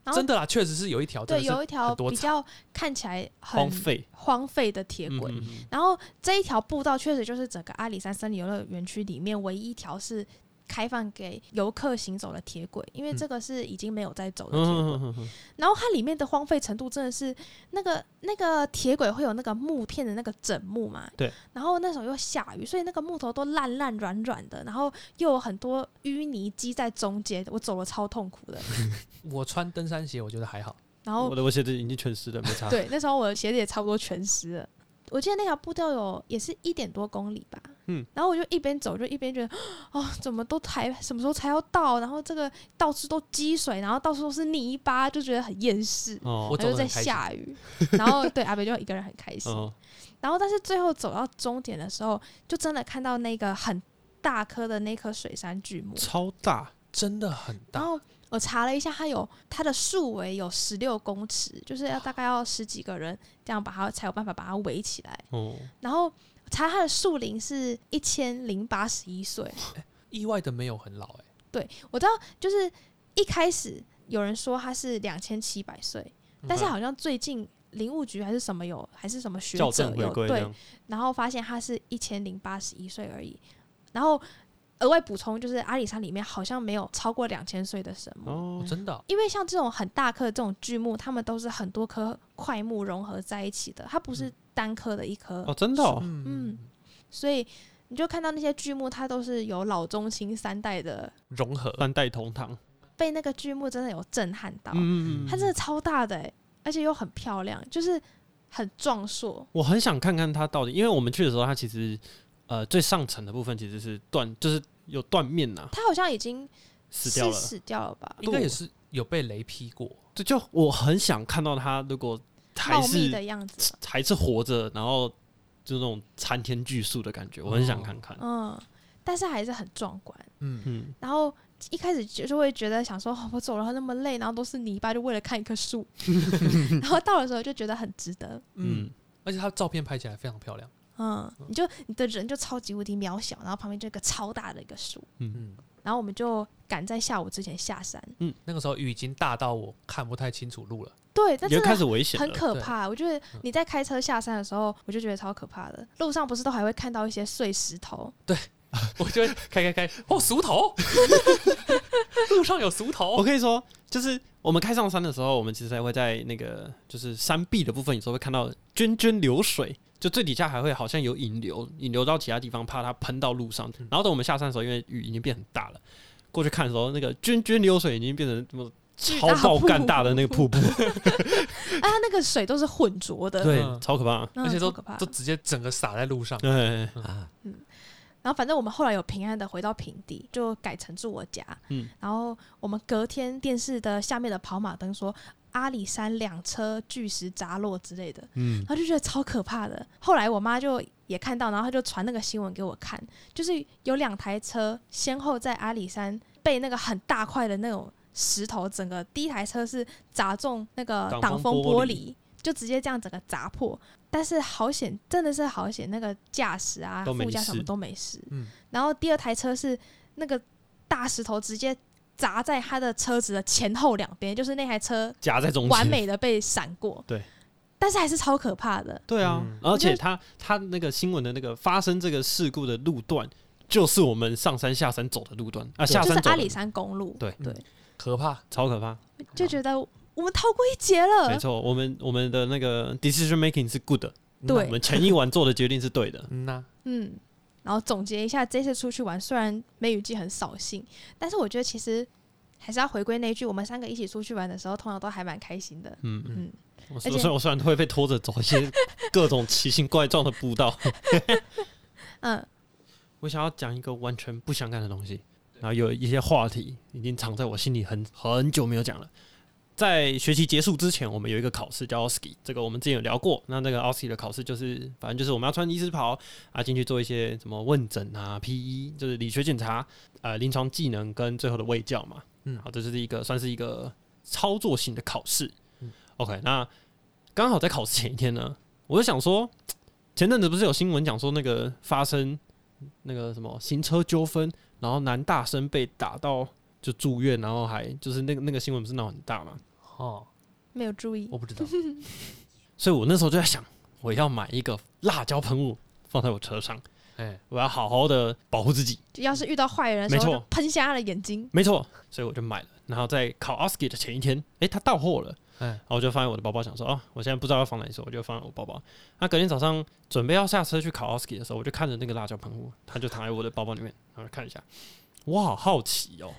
[SPEAKER 3] 然后
[SPEAKER 2] 真的啦，确实哦是有一条，
[SPEAKER 3] 对，有一条
[SPEAKER 2] 很多
[SPEAKER 3] 比较看起来很
[SPEAKER 1] 荒废。
[SPEAKER 3] 荒废的铁轨。
[SPEAKER 1] 嗯嗯
[SPEAKER 3] 然后这一条步道确实就是整个阿里山森林游乐园区里面唯一一条是开放给游客行走的铁轨，因为
[SPEAKER 2] 嗯
[SPEAKER 3] 这个是已经没有在走的铁轨。
[SPEAKER 1] 嗯嗯嗯
[SPEAKER 3] 然后它里面的荒废程度真的是那个那个铁轨会有那个木片的那个枕木嘛？
[SPEAKER 1] 对。
[SPEAKER 3] 然后那时候又下雨，所以那个木头都烂烂软软的，然后又有很多淤泥积在中间，我走了超痛苦的。
[SPEAKER 2] 我穿登山鞋，我觉得还好。
[SPEAKER 3] 然
[SPEAKER 1] 嗯
[SPEAKER 3] 后
[SPEAKER 1] 我的我鞋子已经全湿了，没擦。
[SPEAKER 3] 对，那时候我的鞋子也差不多全湿了。我记得那条步道有也是一点多公里吧，
[SPEAKER 1] 嗯
[SPEAKER 3] 嗯，然后我就一边走就一边觉得， 哦，怎么都才什么时候才要到？然后这个到处都积水，然后到处都是泥巴，就觉得很厌世。
[SPEAKER 1] 哦
[SPEAKER 2] 我
[SPEAKER 3] 然后又
[SPEAKER 2] 走得
[SPEAKER 3] 在
[SPEAKER 2] 很开心
[SPEAKER 3] 下雨，然后对阿北就一个人很开心。
[SPEAKER 1] 哦
[SPEAKER 3] 然后但是最后走到终点的时候，就真的看到那个很大颗的那颗水杉巨木，
[SPEAKER 1] 超大，
[SPEAKER 2] 真的很
[SPEAKER 3] 然
[SPEAKER 2] 大，
[SPEAKER 3] 后我查了一下，它有它的树围有十六公尺，就是要大概要十几个人这样把它才有办法把它围起来。
[SPEAKER 1] 哦，
[SPEAKER 3] 然后查它的树龄是一千零八十一岁，
[SPEAKER 2] 意外的没有很老哎、
[SPEAKER 3] 我知道就是一开始有人说它是两千七百岁，但是好像最近。林务局还是什么有，还是什么学
[SPEAKER 1] 校
[SPEAKER 3] 者
[SPEAKER 1] 正回
[SPEAKER 3] 有
[SPEAKER 1] 归这
[SPEAKER 3] 对
[SPEAKER 1] 样，，
[SPEAKER 3] 然后发现他是一千零八十一岁而已。然后额外补充就是阿里山里面好像没有超过两千岁的神木，
[SPEAKER 1] 哦
[SPEAKER 2] 哦，真的啊、
[SPEAKER 3] 因为像这种很大棵的这种巨木，它们都是很多棵块木融合在一起的，它不是单棵的一棵，
[SPEAKER 1] 嗯哦，真的哦，
[SPEAKER 2] 嗯，
[SPEAKER 3] 嗯所以你就看到那些巨木，它都是有老中青三代的，
[SPEAKER 2] 融合
[SPEAKER 1] 三代同堂，
[SPEAKER 3] 被那个巨木真的有震撼到，
[SPEAKER 1] 嗯
[SPEAKER 3] 它真的超大的、欸，而且又很漂亮，就是很壮硕，
[SPEAKER 1] 我很想看看它到底，因为我们去的时候，它其实呃最上层的部分其实是断，就是有断面呐、
[SPEAKER 3] 它好像已经
[SPEAKER 1] 死掉
[SPEAKER 3] 是
[SPEAKER 1] 了。
[SPEAKER 3] 死掉了吧？
[SPEAKER 2] 应该也是有被雷劈过，
[SPEAKER 1] 就就我很想看到它，如果还
[SPEAKER 3] 茂密的
[SPEAKER 1] 是
[SPEAKER 3] 样子，
[SPEAKER 1] 还是活着，然后就那种参天巨树的感觉，我很想看看。
[SPEAKER 3] 嗯，但是还是很壮观。
[SPEAKER 2] 嗯，
[SPEAKER 1] 嗯，
[SPEAKER 3] 然后一开始就就会觉得想说，哦我走了那么累，然后都是泥巴，就为了看一 棵树。然后到的时候就觉得很值得，
[SPEAKER 1] 嗯
[SPEAKER 2] 嗯，而且他照片拍起来非常漂亮，
[SPEAKER 3] 嗯，你就你的人就超级无敌渺小，然后旁边就有一个超大的一个树，
[SPEAKER 2] 嗯，
[SPEAKER 3] 然后我们就赶在下午之前下山。
[SPEAKER 2] 那个时候雨已经大到我看不太清楚路 了，
[SPEAKER 3] 对，但
[SPEAKER 1] 也
[SPEAKER 3] 真
[SPEAKER 1] 开
[SPEAKER 3] 的
[SPEAKER 1] 始危险
[SPEAKER 3] 很
[SPEAKER 1] 了。嗯
[SPEAKER 3] 可怕。我觉得你在开车下山的时候，我就觉得超可怕的。路上不是都还会看到一些碎石头，
[SPEAKER 2] 我就会开开开，哦，熟 头，路上有熟
[SPEAKER 1] 哦我
[SPEAKER 2] 头，
[SPEAKER 1] 可以说，就是我们开上山的时候，我们其实还会在那个就是山壁的部分，有时候会看到涓涓流水，就最底下还会好像有引流，引流到其他地方，怕它喷到路上。然后等我们下山的时候，因为雨已经变很大了，过去看的时候，那个涓涓流水已经变成什么
[SPEAKER 3] 巨
[SPEAKER 1] 超爆干大的那个瀑布，
[SPEAKER 3] 哎，它那个水都是浑浊的，
[SPEAKER 1] 对，
[SPEAKER 2] 嗯
[SPEAKER 1] 超可怕。哎
[SPEAKER 3] 嗯
[SPEAKER 2] 而且都
[SPEAKER 3] 超可怕
[SPEAKER 2] 都。直接整个洒在路上，
[SPEAKER 1] 对，
[SPEAKER 4] 啊，
[SPEAKER 3] 然后反正我们后来有平安的回到平地，就改成住我家。
[SPEAKER 1] 嗯
[SPEAKER 3] 嗯，然后我们隔天电视的下面的跑马灯说阿里山两车巨石砸落之类的，
[SPEAKER 1] 嗯
[SPEAKER 3] 然，后就觉得超可怕的。后来我妈就也看到，然后她就传那个新闻给我看，就是有两台车先后在阿里山被那个很大块的那种石头，整个第一台车是砸中那个
[SPEAKER 1] 挡
[SPEAKER 3] 挡
[SPEAKER 1] 风
[SPEAKER 3] 风
[SPEAKER 1] 玻
[SPEAKER 3] 玻
[SPEAKER 1] 璃
[SPEAKER 3] 璃。就直接这样整个砸破，但是好险，真的是好险，那个驾驶啊、
[SPEAKER 1] 都没
[SPEAKER 3] 副驾什
[SPEAKER 1] 事
[SPEAKER 3] 么都没事。
[SPEAKER 2] 嗯
[SPEAKER 3] 然后第二台车是那个大石头直接砸在他的车子的前后两边，就是那台车
[SPEAKER 1] 夹在中间，
[SPEAKER 3] 完。美的被闪过。
[SPEAKER 1] 对，
[SPEAKER 3] 但是还是超可怕的。
[SPEAKER 1] 对啊，
[SPEAKER 2] 嗯
[SPEAKER 1] 而且他他那个新闻的那个发生这个事故的路段，就是我们上山下山走的路段啊，下
[SPEAKER 3] 就
[SPEAKER 1] 山
[SPEAKER 3] 是
[SPEAKER 1] 走
[SPEAKER 3] 阿
[SPEAKER 1] 的
[SPEAKER 3] 里
[SPEAKER 1] 路
[SPEAKER 3] 山公路，
[SPEAKER 1] 对
[SPEAKER 3] 对，
[SPEAKER 2] 可怕，
[SPEAKER 1] 超可怕。
[SPEAKER 3] 就觉得我们逃过一劫
[SPEAKER 1] 没
[SPEAKER 3] 了。
[SPEAKER 1] 错，我们我们的那个 decision making 是 good 的，
[SPEAKER 3] 对
[SPEAKER 1] 我们前一晚做的决定是对的。
[SPEAKER 2] 嗯呐，
[SPEAKER 3] 嗯，然后总结一下，这次出去玩虽然梅雨季很扫兴，但是我觉得其实还是要回归那句，我们三个一起出去玩的时候，通常都还蛮开心的。
[SPEAKER 1] 嗯嗯，
[SPEAKER 3] 嗯，
[SPEAKER 1] 我
[SPEAKER 3] 且
[SPEAKER 1] 虽然我虽然会被拖着走一些各种奇形怪状的步道，
[SPEAKER 3] 嗯，
[SPEAKER 1] 我想要讲一个完全不相干的东西，然后有一些话题已经藏在我心里很很久没有讲了。在学期结束之前，我们有一个考试叫 OSCE，这个我们之前有聊过。那那个 OSCE 的考试就是，反正就是我们要穿医师袍啊，进去做一些什么问诊啊、PE，就是理学检查、呃临床技能跟最后的卫教嘛。
[SPEAKER 2] 嗯
[SPEAKER 1] 好，这就是一个算是一个操作性的考试。
[SPEAKER 2] 嗯
[SPEAKER 1] OK，那刚好在考试前一天呢，我就想说，前阵子不是有新闻讲说那个发生那个什么行车纠纷，然后男大生被打到就住院，然后还就是那个那个新闻不是闹很大嘛，
[SPEAKER 2] 哦，
[SPEAKER 3] 没有注意
[SPEAKER 2] 我不 知道，
[SPEAKER 1] 所以我那时候就在想，我要买一个辣椒喷雾放在我车上，
[SPEAKER 2] 哎，
[SPEAKER 1] 我要好好的保护自己。
[SPEAKER 3] 就要是遇到坏人的时
[SPEAKER 1] 没
[SPEAKER 3] 候，
[SPEAKER 1] 错
[SPEAKER 3] 就喷瞎他的眼睛。
[SPEAKER 1] 没错，所以我就买了。然后在考 OSCE 的前一天，诶，他到货了，
[SPEAKER 2] 嗯
[SPEAKER 1] 然后我就放在我的包包，想说哦，我现在不知道要放哪里，所以我就放在我包包。那隔天早上准备要下车去考 OSCE 的时候，我就看着那个辣椒喷雾，它就躺在我的包包里面，然后看一下，我好好奇哦，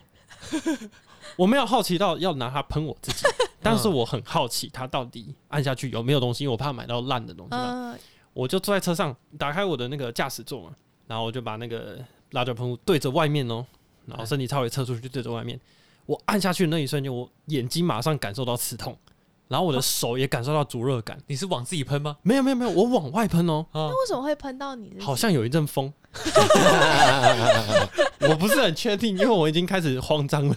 [SPEAKER 1] 我没有好奇到要拿它喷我自己，但是我很好奇它到底按下去有没有东西，因为我怕买到烂的东西嘛。
[SPEAKER 3] 嗯，
[SPEAKER 1] 我就坐在车上，打开我的那个驾驶座嘛，然后我就把那个辣椒喷雾对着外面哦，然后身体稍微侧出去对着外面。我按下去的那一瞬间，我眼睛马上感受到刺痛，然后我的手也感受到灼热感。
[SPEAKER 2] 你是往自己喷吗？
[SPEAKER 1] 没有没有没有，我往外喷哦，
[SPEAKER 2] 啊，
[SPEAKER 3] 为什么会喷到你的？
[SPEAKER 1] 好像有一阵风，我不是很确定，因为我已经开始慌张了。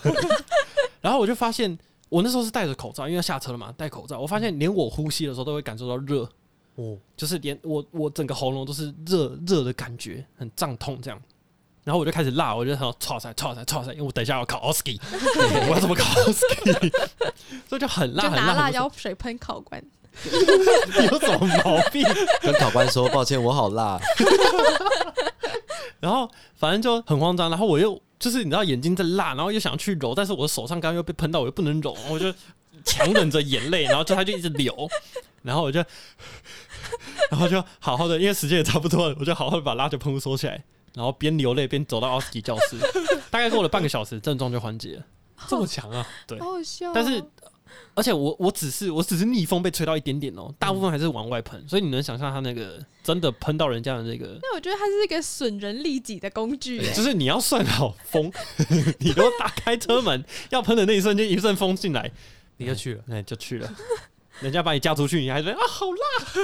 [SPEAKER 1] 然后我就发现，我那时候是戴着口罩，因为要下车了嘛，戴口罩。我发现连我呼吸的时候都会感受到热，
[SPEAKER 2] 哦，
[SPEAKER 1] 就是连我我整个喉咙都是热热的感觉，很胀痛这样。然后我就开始辣，我就想操塞操塞操塞，因为我等一下要考 OSKI，我要怎么考 OSKI？所以就很辣
[SPEAKER 3] 就
[SPEAKER 1] 很
[SPEAKER 3] 拿
[SPEAKER 1] 辣，
[SPEAKER 3] 辣椒水喷考官，
[SPEAKER 1] 很辣有什么毛病？
[SPEAKER 4] 跟考官说抱歉，我好辣，
[SPEAKER 1] 然后反正就很慌张，然后我又就是你知道眼睛在辣，然后又想去揉，但是我的手上刚刚又被喷到，我又不能揉，我就强忍着眼泪，然后就它就一直流， 然后我就， 然后就好好的，因为时间也差不多了，我就好好的把辣椒喷雾收起来，然后边流泪边走到奥斯基教室，大概过了半个小时，症状就缓解了。
[SPEAKER 2] 这么强 啊！
[SPEAKER 1] 对
[SPEAKER 3] 好好笑哦。
[SPEAKER 1] 但是，而且我我只是我只是逆风被吹到一点点哦，大部分还是往外喷，所以你能想象它那个真的喷到人家的那个
[SPEAKER 3] 那我觉得它是一个损人利己的工具耶，
[SPEAKER 1] 就是你要算好风， 你如果打开车门要喷的那一瞬间，一阵风进来，
[SPEAKER 2] 你就去了，
[SPEAKER 1] 哎，就 去了。人家把你嫁出去，你还在啊，好辣！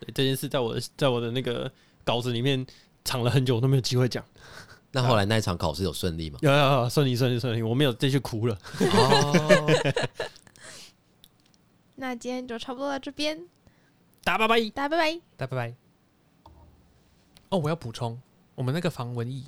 [SPEAKER 1] 对这件事在我的在我的那个稿子里面藏了很久，我都没有机会讲。
[SPEAKER 4] 那后来那一场考试有顺利吗？
[SPEAKER 1] 有有有，顺利顺利顺利，我没有再去哭了。
[SPEAKER 4] 哦，
[SPEAKER 3] 那今天就差不多到这边，
[SPEAKER 1] 打拜拜。
[SPEAKER 3] 大家拜拜。
[SPEAKER 1] 嗯
[SPEAKER 2] 拜拜拜。哦，我要补充，我们那个防蚊液，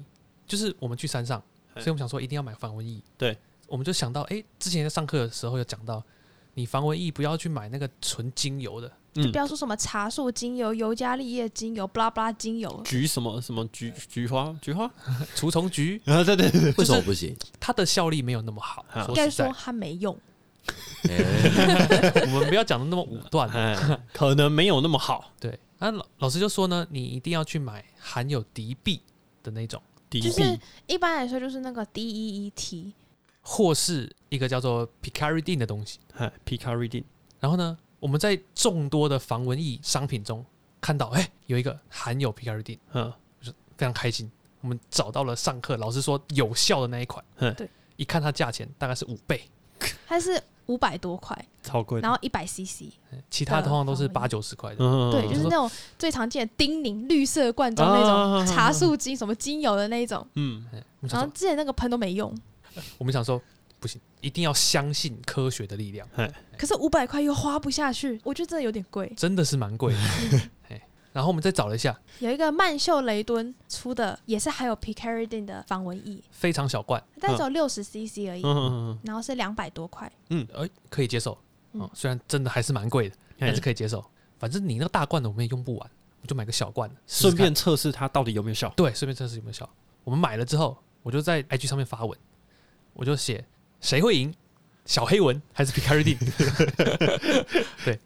[SPEAKER 2] 就是我们去山上，
[SPEAKER 1] 嘿
[SPEAKER 2] 所以我们想说一定要买防蚊液。
[SPEAKER 1] 对，
[SPEAKER 2] 我们就想到，哎、之前在上课的时候有讲到，你防蚊液不要去买那个纯精油的，
[SPEAKER 1] 嗯
[SPEAKER 3] 不，要说什么茶树精油、尤加利叶精油、blah blah 精油，
[SPEAKER 1] 菊什么什么菊菊花菊花
[SPEAKER 2] 除虫菊
[SPEAKER 1] 啊，对对对，
[SPEAKER 4] 为什么不行？
[SPEAKER 2] 它的效力没有那么好。
[SPEAKER 1] 啊
[SPEAKER 3] 应
[SPEAKER 2] 说
[SPEAKER 3] 该
[SPEAKER 2] 实在
[SPEAKER 3] 说，它没用。
[SPEAKER 4] 哎
[SPEAKER 2] 我们不要讲的那么武断。
[SPEAKER 1] 哎，可能没有那么好。
[SPEAKER 2] 对，那老老师就说呢，你一定要去买含有敌避的那种，
[SPEAKER 1] 敌
[SPEAKER 3] 就
[SPEAKER 1] 避
[SPEAKER 3] 是一般来说，就是那个 D E E T，
[SPEAKER 2] 或是一个叫做 picaridin 的东西。
[SPEAKER 1] 哎，Picaridin，
[SPEAKER 2] 然后呢，我们在众多的防蚊疫商品中看到，哎、有一个含有 picaridin，
[SPEAKER 1] 嗯，
[SPEAKER 2] 非常开心，我们找到了上课老师说有效的那 一款
[SPEAKER 1] 嗯。
[SPEAKER 3] 对，
[SPEAKER 2] 一看它价钱大概是五倍，
[SPEAKER 3] 它是五百多块，
[SPEAKER 1] 超贵的。
[SPEAKER 3] 然后一百 CC，
[SPEAKER 2] 其他通常都是
[SPEAKER 3] 的防
[SPEAKER 2] 八
[SPEAKER 3] 蚊
[SPEAKER 2] 九十块的。
[SPEAKER 1] 嗯，
[SPEAKER 3] 对，就是那种最常见的丁宁绿色罐装那
[SPEAKER 1] 啊
[SPEAKER 3] 种茶树精什么精油的那一种，
[SPEAKER 1] 嗯，
[SPEAKER 2] 哎我
[SPEAKER 3] 然
[SPEAKER 2] 们想
[SPEAKER 3] 后
[SPEAKER 2] 说，
[SPEAKER 3] 之前那个喷都没用，
[SPEAKER 2] 我们想说，不行，一定要相信科学的力量，
[SPEAKER 3] 可是五百块又花不下去，我觉得真的有点贵。
[SPEAKER 2] 真的是 蛮贵的。哎，然后我们再找了一下，
[SPEAKER 3] 有一个曼秀雷敦出的，也是含有 picaridin 的防蚊液，
[SPEAKER 2] 非常小罐，
[SPEAKER 3] 但只有六十 CC 而已
[SPEAKER 1] 嗯，嗯嗯
[SPEAKER 3] 然后是两百多块，
[SPEAKER 2] 哎，可以接受。哦
[SPEAKER 3] 嗯，
[SPEAKER 2] 虽然真的还是蛮贵的，
[SPEAKER 1] 嗯，
[SPEAKER 2] 但是可以接受。反正你那个大罐的我们也用不完，我就买个小罐的，试试
[SPEAKER 1] 顺
[SPEAKER 2] 看
[SPEAKER 1] 便测试它到底有没有 效。
[SPEAKER 2] 对，顺便测试有没有效。我们买了之后，我就在 IG 上面发文，我就写谁会赢，小黑文还是 Picardy？对，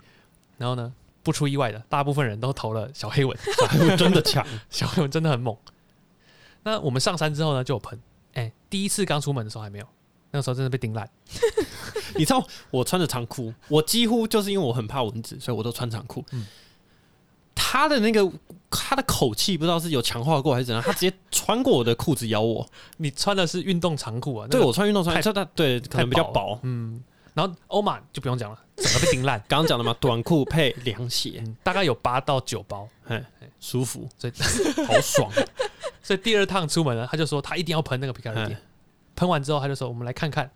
[SPEAKER 2] 然后呢，不出意外的，大部分人都投了小黑文，
[SPEAKER 1] 真的强，
[SPEAKER 2] 小黑文真的很猛。那我们上山之后呢，就有喷，哎、第一次刚出门的时候还没有，那个时候真的被叮烂，
[SPEAKER 1] 你知道我穿着长裤，我几乎就是因为我很怕蚊子，所以我都穿长裤。
[SPEAKER 2] 嗯
[SPEAKER 1] 他的那个他的口气不知道是有强化过还是怎样，他直接穿过我的裤子咬我。
[SPEAKER 2] 你穿的是运动长裤啊，那
[SPEAKER 1] 对
[SPEAKER 2] 个
[SPEAKER 1] 我穿运动
[SPEAKER 2] 太
[SPEAKER 1] 穿，这他对可能比较
[SPEAKER 2] 太
[SPEAKER 1] 薄。，
[SPEAKER 2] 嗯，然后欧玛就不用讲了，整个被叮烂
[SPEAKER 1] 刚刚讲的嘛，短裤配凉鞋，
[SPEAKER 2] 嗯，大概有八到九包，
[SPEAKER 1] 舒服，
[SPEAKER 2] 所以
[SPEAKER 1] 好爽。
[SPEAKER 2] 所以第二趟出门了，他就说他一定要喷那个皮卡瑞丁。喷完之后，他就说我们来看看，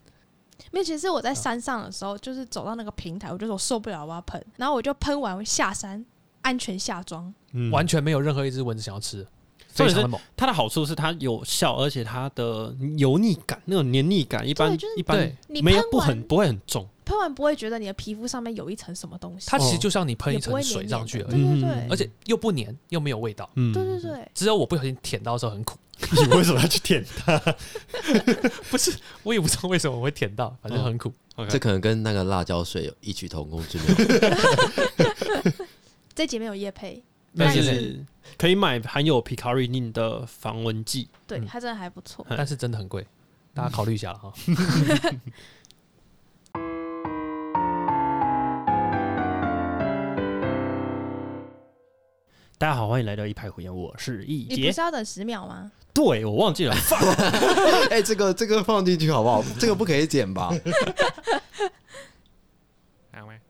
[SPEAKER 3] 没有，其实我
[SPEAKER 2] 嗯
[SPEAKER 3] 在山上的时候，就是走到那个平台，我就说我受不了，我要喷，然后我就喷完下山，安全下庄，
[SPEAKER 1] 嗯
[SPEAKER 2] 完全没有任何一只蚊子想要吃，
[SPEAKER 1] 重
[SPEAKER 2] 非
[SPEAKER 1] 点是
[SPEAKER 2] 常的猛。
[SPEAKER 1] 它的好处是它有效，而且它的油腻感那种黏腻感，一般
[SPEAKER 3] 对就是
[SPEAKER 1] 一般
[SPEAKER 2] 对，
[SPEAKER 3] 你
[SPEAKER 1] 没
[SPEAKER 3] 喷
[SPEAKER 1] 有
[SPEAKER 3] 完
[SPEAKER 1] 不很不会很重。
[SPEAKER 3] 喷完不会觉得你的皮肤上面有一层什么东西，
[SPEAKER 2] 它其实
[SPEAKER 1] 哦
[SPEAKER 2] 就像你喷一
[SPEAKER 3] 也不
[SPEAKER 2] 层
[SPEAKER 3] 会
[SPEAKER 2] 水
[SPEAKER 3] 黏
[SPEAKER 2] 上去
[SPEAKER 3] 黏
[SPEAKER 2] 而
[SPEAKER 3] 的
[SPEAKER 2] 已，
[SPEAKER 1] 嗯
[SPEAKER 3] 对对对，
[SPEAKER 2] 而且又不粘又没有味道。
[SPEAKER 1] 嗯
[SPEAKER 3] 对对对，
[SPEAKER 2] 只有我不小心舔到的时候很苦，
[SPEAKER 1] 你为什么要去舔它？
[SPEAKER 2] 不是我也不知道为什么我会舔到，反正很苦。
[SPEAKER 4] 这可能跟那个辣椒水有异曲同工之妙。
[SPEAKER 3] 这集没有叶配，
[SPEAKER 1] 但
[SPEAKER 3] 但
[SPEAKER 1] 是
[SPEAKER 3] 是
[SPEAKER 1] 可以买含有 picaridin 的防蚊剂。
[SPEAKER 3] 对，
[SPEAKER 2] 嗯
[SPEAKER 3] 它真的还不错。
[SPEAKER 1] 嗯
[SPEAKER 2] 但是真的很贵，大家考虑一下了哈。
[SPEAKER 1] 大家好，欢迎来到一派胡言，我是易
[SPEAKER 3] 你不
[SPEAKER 1] 杰
[SPEAKER 3] 是。要等十秒吗？
[SPEAKER 1] 对，我忘记了，
[SPEAKER 4] 哎、这个这个放进去好不好？这个不可以剪吧？
[SPEAKER 5] 两位